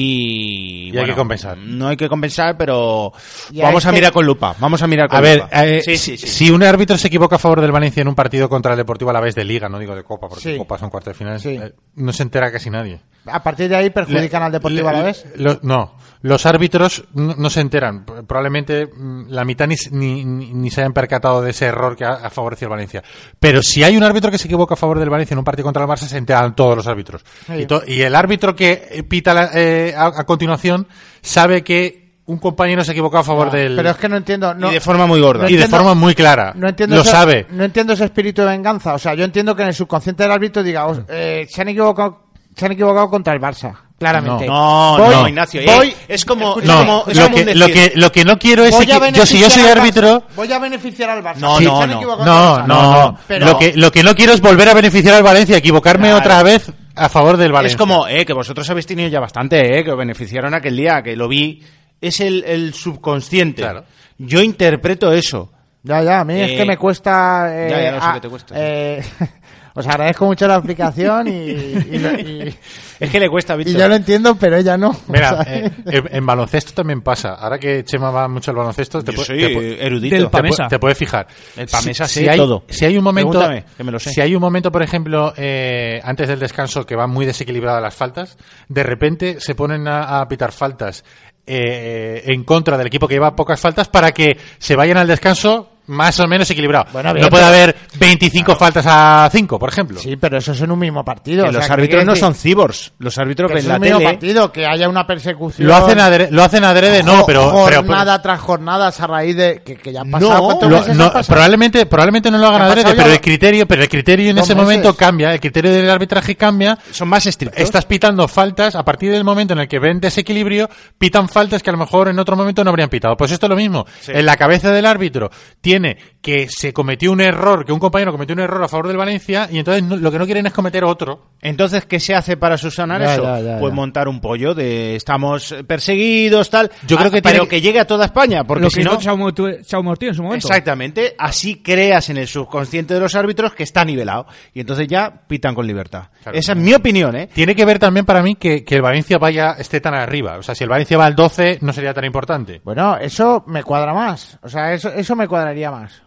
Speaker 2: Y,
Speaker 1: hay que compensar.
Speaker 2: No hay que compensar, pero
Speaker 3: Y este-
Speaker 2: vamos
Speaker 3: hay
Speaker 2: a
Speaker 3: que-
Speaker 2: mirar con lupa. Vamos a mirar con
Speaker 1: A ver,
Speaker 2: lupa.
Speaker 1: eh,
Speaker 2: Sí, sí, sí.
Speaker 1: si un árbitro se equivoca a favor del Valencia en un partido contra el Deportivo a la vez de Liga, no digo de Copa, porque
Speaker 3: Sí.
Speaker 1: Copa son cuartos de final,
Speaker 3: Sí.
Speaker 1: eh, no se entera casi nadie.
Speaker 3: A partir de ahí perjudican
Speaker 1: Le-
Speaker 3: al Deportivo
Speaker 1: le-
Speaker 3: a la vez.
Speaker 1: lo- no, los árbitros no, no se enteran. P- Probablemente mm, la mitad ni, s- ni- ni- ni se hayan percatado de ese error que ha, ha favorecido al Valencia. Pero si hay un árbitro que se equivoca a favor del Valencia en un partido contra el Barça, se enteran todos los árbitros.
Speaker 3: Sí.
Speaker 1: Y, to- y el árbitro que eh, pita la- eh, a, a continuación sabe que un compañero se equivocó a favor del...
Speaker 3: Ah, Pero es que no entiendo. No,
Speaker 2: y de forma muy gorda.
Speaker 3: no
Speaker 1: y de
Speaker 3: entiendo-
Speaker 1: forma muy clara.
Speaker 3: no entiendo
Speaker 1: lo
Speaker 3: ese-
Speaker 1: sabe.
Speaker 3: No entiendo ese espíritu de venganza. O sea, yo entiendo que en el subconsciente del árbitro diga, os- eh, se han equivocado. Se han equivocado contra el Barça, claramente.
Speaker 2: No,
Speaker 3: Voy-
Speaker 2: no, Ignacio. eh,
Speaker 3: voy-
Speaker 2: es como, es
Speaker 1: No,
Speaker 2: como- es
Speaker 1: lo
Speaker 2: como un
Speaker 1: que, lo,
Speaker 2: decir.
Speaker 1: que, lo que no quiero es...
Speaker 3: voy
Speaker 1: equi- Yo,
Speaker 3: a
Speaker 1: si yo
Speaker 3: beneficiar
Speaker 1: soy
Speaker 3: al Barça-
Speaker 1: árbitro...
Speaker 3: Voy a beneficiar al Barça.
Speaker 2: No,
Speaker 3: Se
Speaker 2: no,
Speaker 3: han
Speaker 2: no.
Speaker 3: equivocado
Speaker 1: No,
Speaker 3: contra
Speaker 1: no,
Speaker 3: el Barça.
Speaker 1: no.
Speaker 3: Pero-
Speaker 1: Lo, que, lo que no quiero es volver a beneficiar al Valencia, equivocarme
Speaker 2: Claro.
Speaker 1: otra vez a favor del Valencia.
Speaker 2: Es como, eh, que vosotros habéis tenido ya bastante, eh, que os beneficiaron aquel día, que lo vi. Es el, el subconsciente.
Speaker 1: Claro.
Speaker 2: Yo interpreto eso.
Speaker 3: Ya, ya, a mí es
Speaker 2: Eh,
Speaker 3: que me cuesta. eh,
Speaker 2: ya, ya lo sé
Speaker 3: a-
Speaker 2: que te cuesta.
Speaker 3: eh, <laughs> os agradezco mucho la explicación y, y lo- y-
Speaker 2: Es que le cuesta,
Speaker 3: y
Speaker 2: Víctor.
Speaker 3: yo lo entiendo, pero ella no.
Speaker 1: Mira,
Speaker 3: ¿sabes?
Speaker 1: eh, en, en baloncesto también pasa. Ahora que Chema va mucho al baloncesto, te,
Speaker 2: Yo
Speaker 1: pue-
Speaker 2: soy
Speaker 1: te pue-
Speaker 2: erudito.
Speaker 4: Del
Speaker 1: te pue-
Speaker 4: Pamesa.
Speaker 1: te puedes fijar.
Speaker 2: El Pamesa
Speaker 1: si,
Speaker 2: sé
Speaker 1: si hay,
Speaker 2: todo.
Speaker 1: Si hay un momento,
Speaker 2: Pregúntame, que me lo sé.
Speaker 1: si hay un momento, por ejemplo, eh, antes del descanso que van muy desequilibradas las faltas, de repente se ponen a, a pitar faltas eh, en contra del equipo que lleva pocas faltas para que se vayan al descanso más o menos equilibrado.
Speaker 3: Bueno, bien,
Speaker 1: no puede
Speaker 3: pero-
Speaker 1: haber 25 faltas a 5, por ejemplo.
Speaker 3: Sí, pero eso es en un mismo partido.
Speaker 2: Que
Speaker 3: o sea,
Speaker 2: los
Speaker 3: que
Speaker 2: árbitros
Speaker 3: quiere
Speaker 2: no
Speaker 3: decir
Speaker 2: son cibors. Los árbitros
Speaker 3: que es
Speaker 2: ven la
Speaker 3: un mismo
Speaker 2: tele.
Speaker 3: partido, que haya una persecución.
Speaker 1: Lo hacen adrede, lo hacen adrede no,
Speaker 3: jo-
Speaker 1: pero, pero-
Speaker 3: Jornada tras jornada a raíz de. Que, que ya han pasado. ¿Cuántos
Speaker 1: lo-
Speaker 3: meses
Speaker 1: no,
Speaker 3: han pasado?
Speaker 1: probablemente, probablemente no lo hagan
Speaker 3: Ya ha
Speaker 1: adrede,
Speaker 3: pasado ya
Speaker 1: pero el
Speaker 3: lo-
Speaker 1: criterio, pero el criterio en
Speaker 3: Dos
Speaker 1: ese
Speaker 3: meses.
Speaker 1: momento cambia, el criterio del arbitraje cambia.
Speaker 2: Son más estrictos.
Speaker 1: Estás pitando faltas a partir del momento en el que ven desequilibrio, pitan faltas que a lo mejor en otro momento no habrían pitado. Pues esto es lo mismo. En la cabeza del árbitro tiene tiene que se cometió un error, que un compañero cometió un error a favor del Valencia y entonces no- lo que no quieren es cometer otro.
Speaker 2: Entonces, ¿qué se hace para subsanar
Speaker 1: Ya,
Speaker 2: eso?
Speaker 1: ya, ya,
Speaker 2: pues
Speaker 1: ya.
Speaker 2: montar un pollo de estamos perseguidos, tal.
Speaker 1: Yo creo
Speaker 2: Ah,
Speaker 1: que tiene
Speaker 2: pero
Speaker 1: que-
Speaker 2: que llegue a toda España, porque
Speaker 4: Lo que
Speaker 2: si no.
Speaker 4: hizo Chaumo- tu- Chaumo Ortiz en su momento.
Speaker 2: Exactamente, así creas en el subconsciente de los árbitros que está nivelado y entonces ya pitan con libertad. Esa es mi opinión, ¿eh?
Speaker 1: Tiene que ver también para mí que, que el Valencia vaya esté tan arriba. O sea, si el Valencia va al 12 no sería tan importante.
Speaker 3: Bueno, eso me cuadra más. O sea, eso, eso me cuadraría más.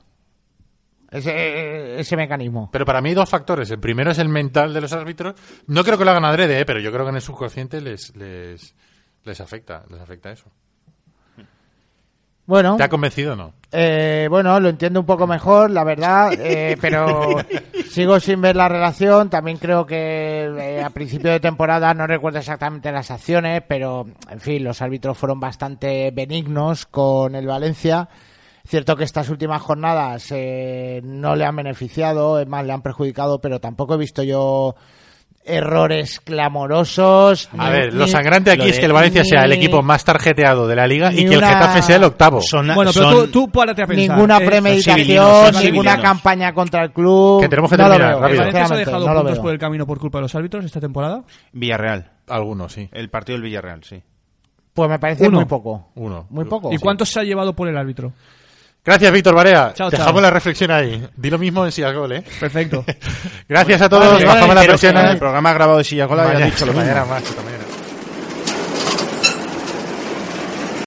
Speaker 3: Ese, ese mecanismo.
Speaker 1: Pero para mí hay dos factores. El primero es el mental de los árbitros. No creo que lo hagan adrede, ¿eh? pero yo creo que en el subconsciente les, les, les afecta, les afecta eso.
Speaker 3: Bueno.
Speaker 1: ¿Te ha convencido o no?
Speaker 3: Eh, bueno, lo entiendo un poco mejor, la verdad, eh, pero sigo sin ver la relación. También creo que eh, a principio de temporada no recuerdo exactamente las acciones, pero en fin, los árbitros fueron bastante benignos con el Valencia. Cierto que estas últimas jornadas eh, no le han beneficiado, es más, le han perjudicado, pero tampoco he visto yo errores clamorosos.
Speaker 1: A
Speaker 3: ni-
Speaker 1: ver, lo
Speaker 3: ni-
Speaker 1: sangrante aquí es que el Valencia sea el
Speaker 3: ni-
Speaker 1: equipo más tarjeteado de la liga y
Speaker 3: ni
Speaker 1: que el
Speaker 3: una-
Speaker 1: Getafe sea el octavo.
Speaker 4: bueno, pero tú, tú párate a pensar.
Speaker 3: Ninguna
Speaker 4: Eh,
Speaker 3: premeditación, ninguna campaña contra el club.
Speaker 1: Que tenemos que
Speaker 3: No lo
Speaker 1: terminar,
Speaker 3: veo,
Speaker 1: rápido.
Speaker 4: ¿El Valencia se ha
Speaker 3: sinceramente,
Speaker 4: dejado
Speaker 3: no lo
Speaker 4: puntos
Speaker 3: veo.
Speaker 4: por el camino por culpa de los árbitros esta temporada?
Speaker 2: Villarreal.
Speaker 1: Algunos, sí.
Speaker 2: El partido del Villarreal, sí.
Speaker 3: Pues me parece
Speaker 4: Uno.
Speaker 3: muy poco.
Speaker 1: Uno.
Speaker 3: Muy poco.
Speaker 4: ¿Y cuántos se ha llevado por el árbitro?
Speaker 1: Gracias, Víctor Barea.
Speaker 4: Chao,
Speaker 1: Dejamos
Speaker 4: chao.
Speaker 1: la reflexión ahí. Di lo mismo en Sias Gol, ¿eh?
Speaker 4: Perfecto.
Speaker 1: <laughs> Gracias a todos.
Speaker 2: Vale,
Speaker 1: Bajamos la
Speaker 2: pero
Speaker 1: presión.
Speaker 2: en el programa grabado de Sillagola ya
Speaker 1: Vaya,
Speaker 2: he dicho lo mismo.
Speaker 1: mañana más, también.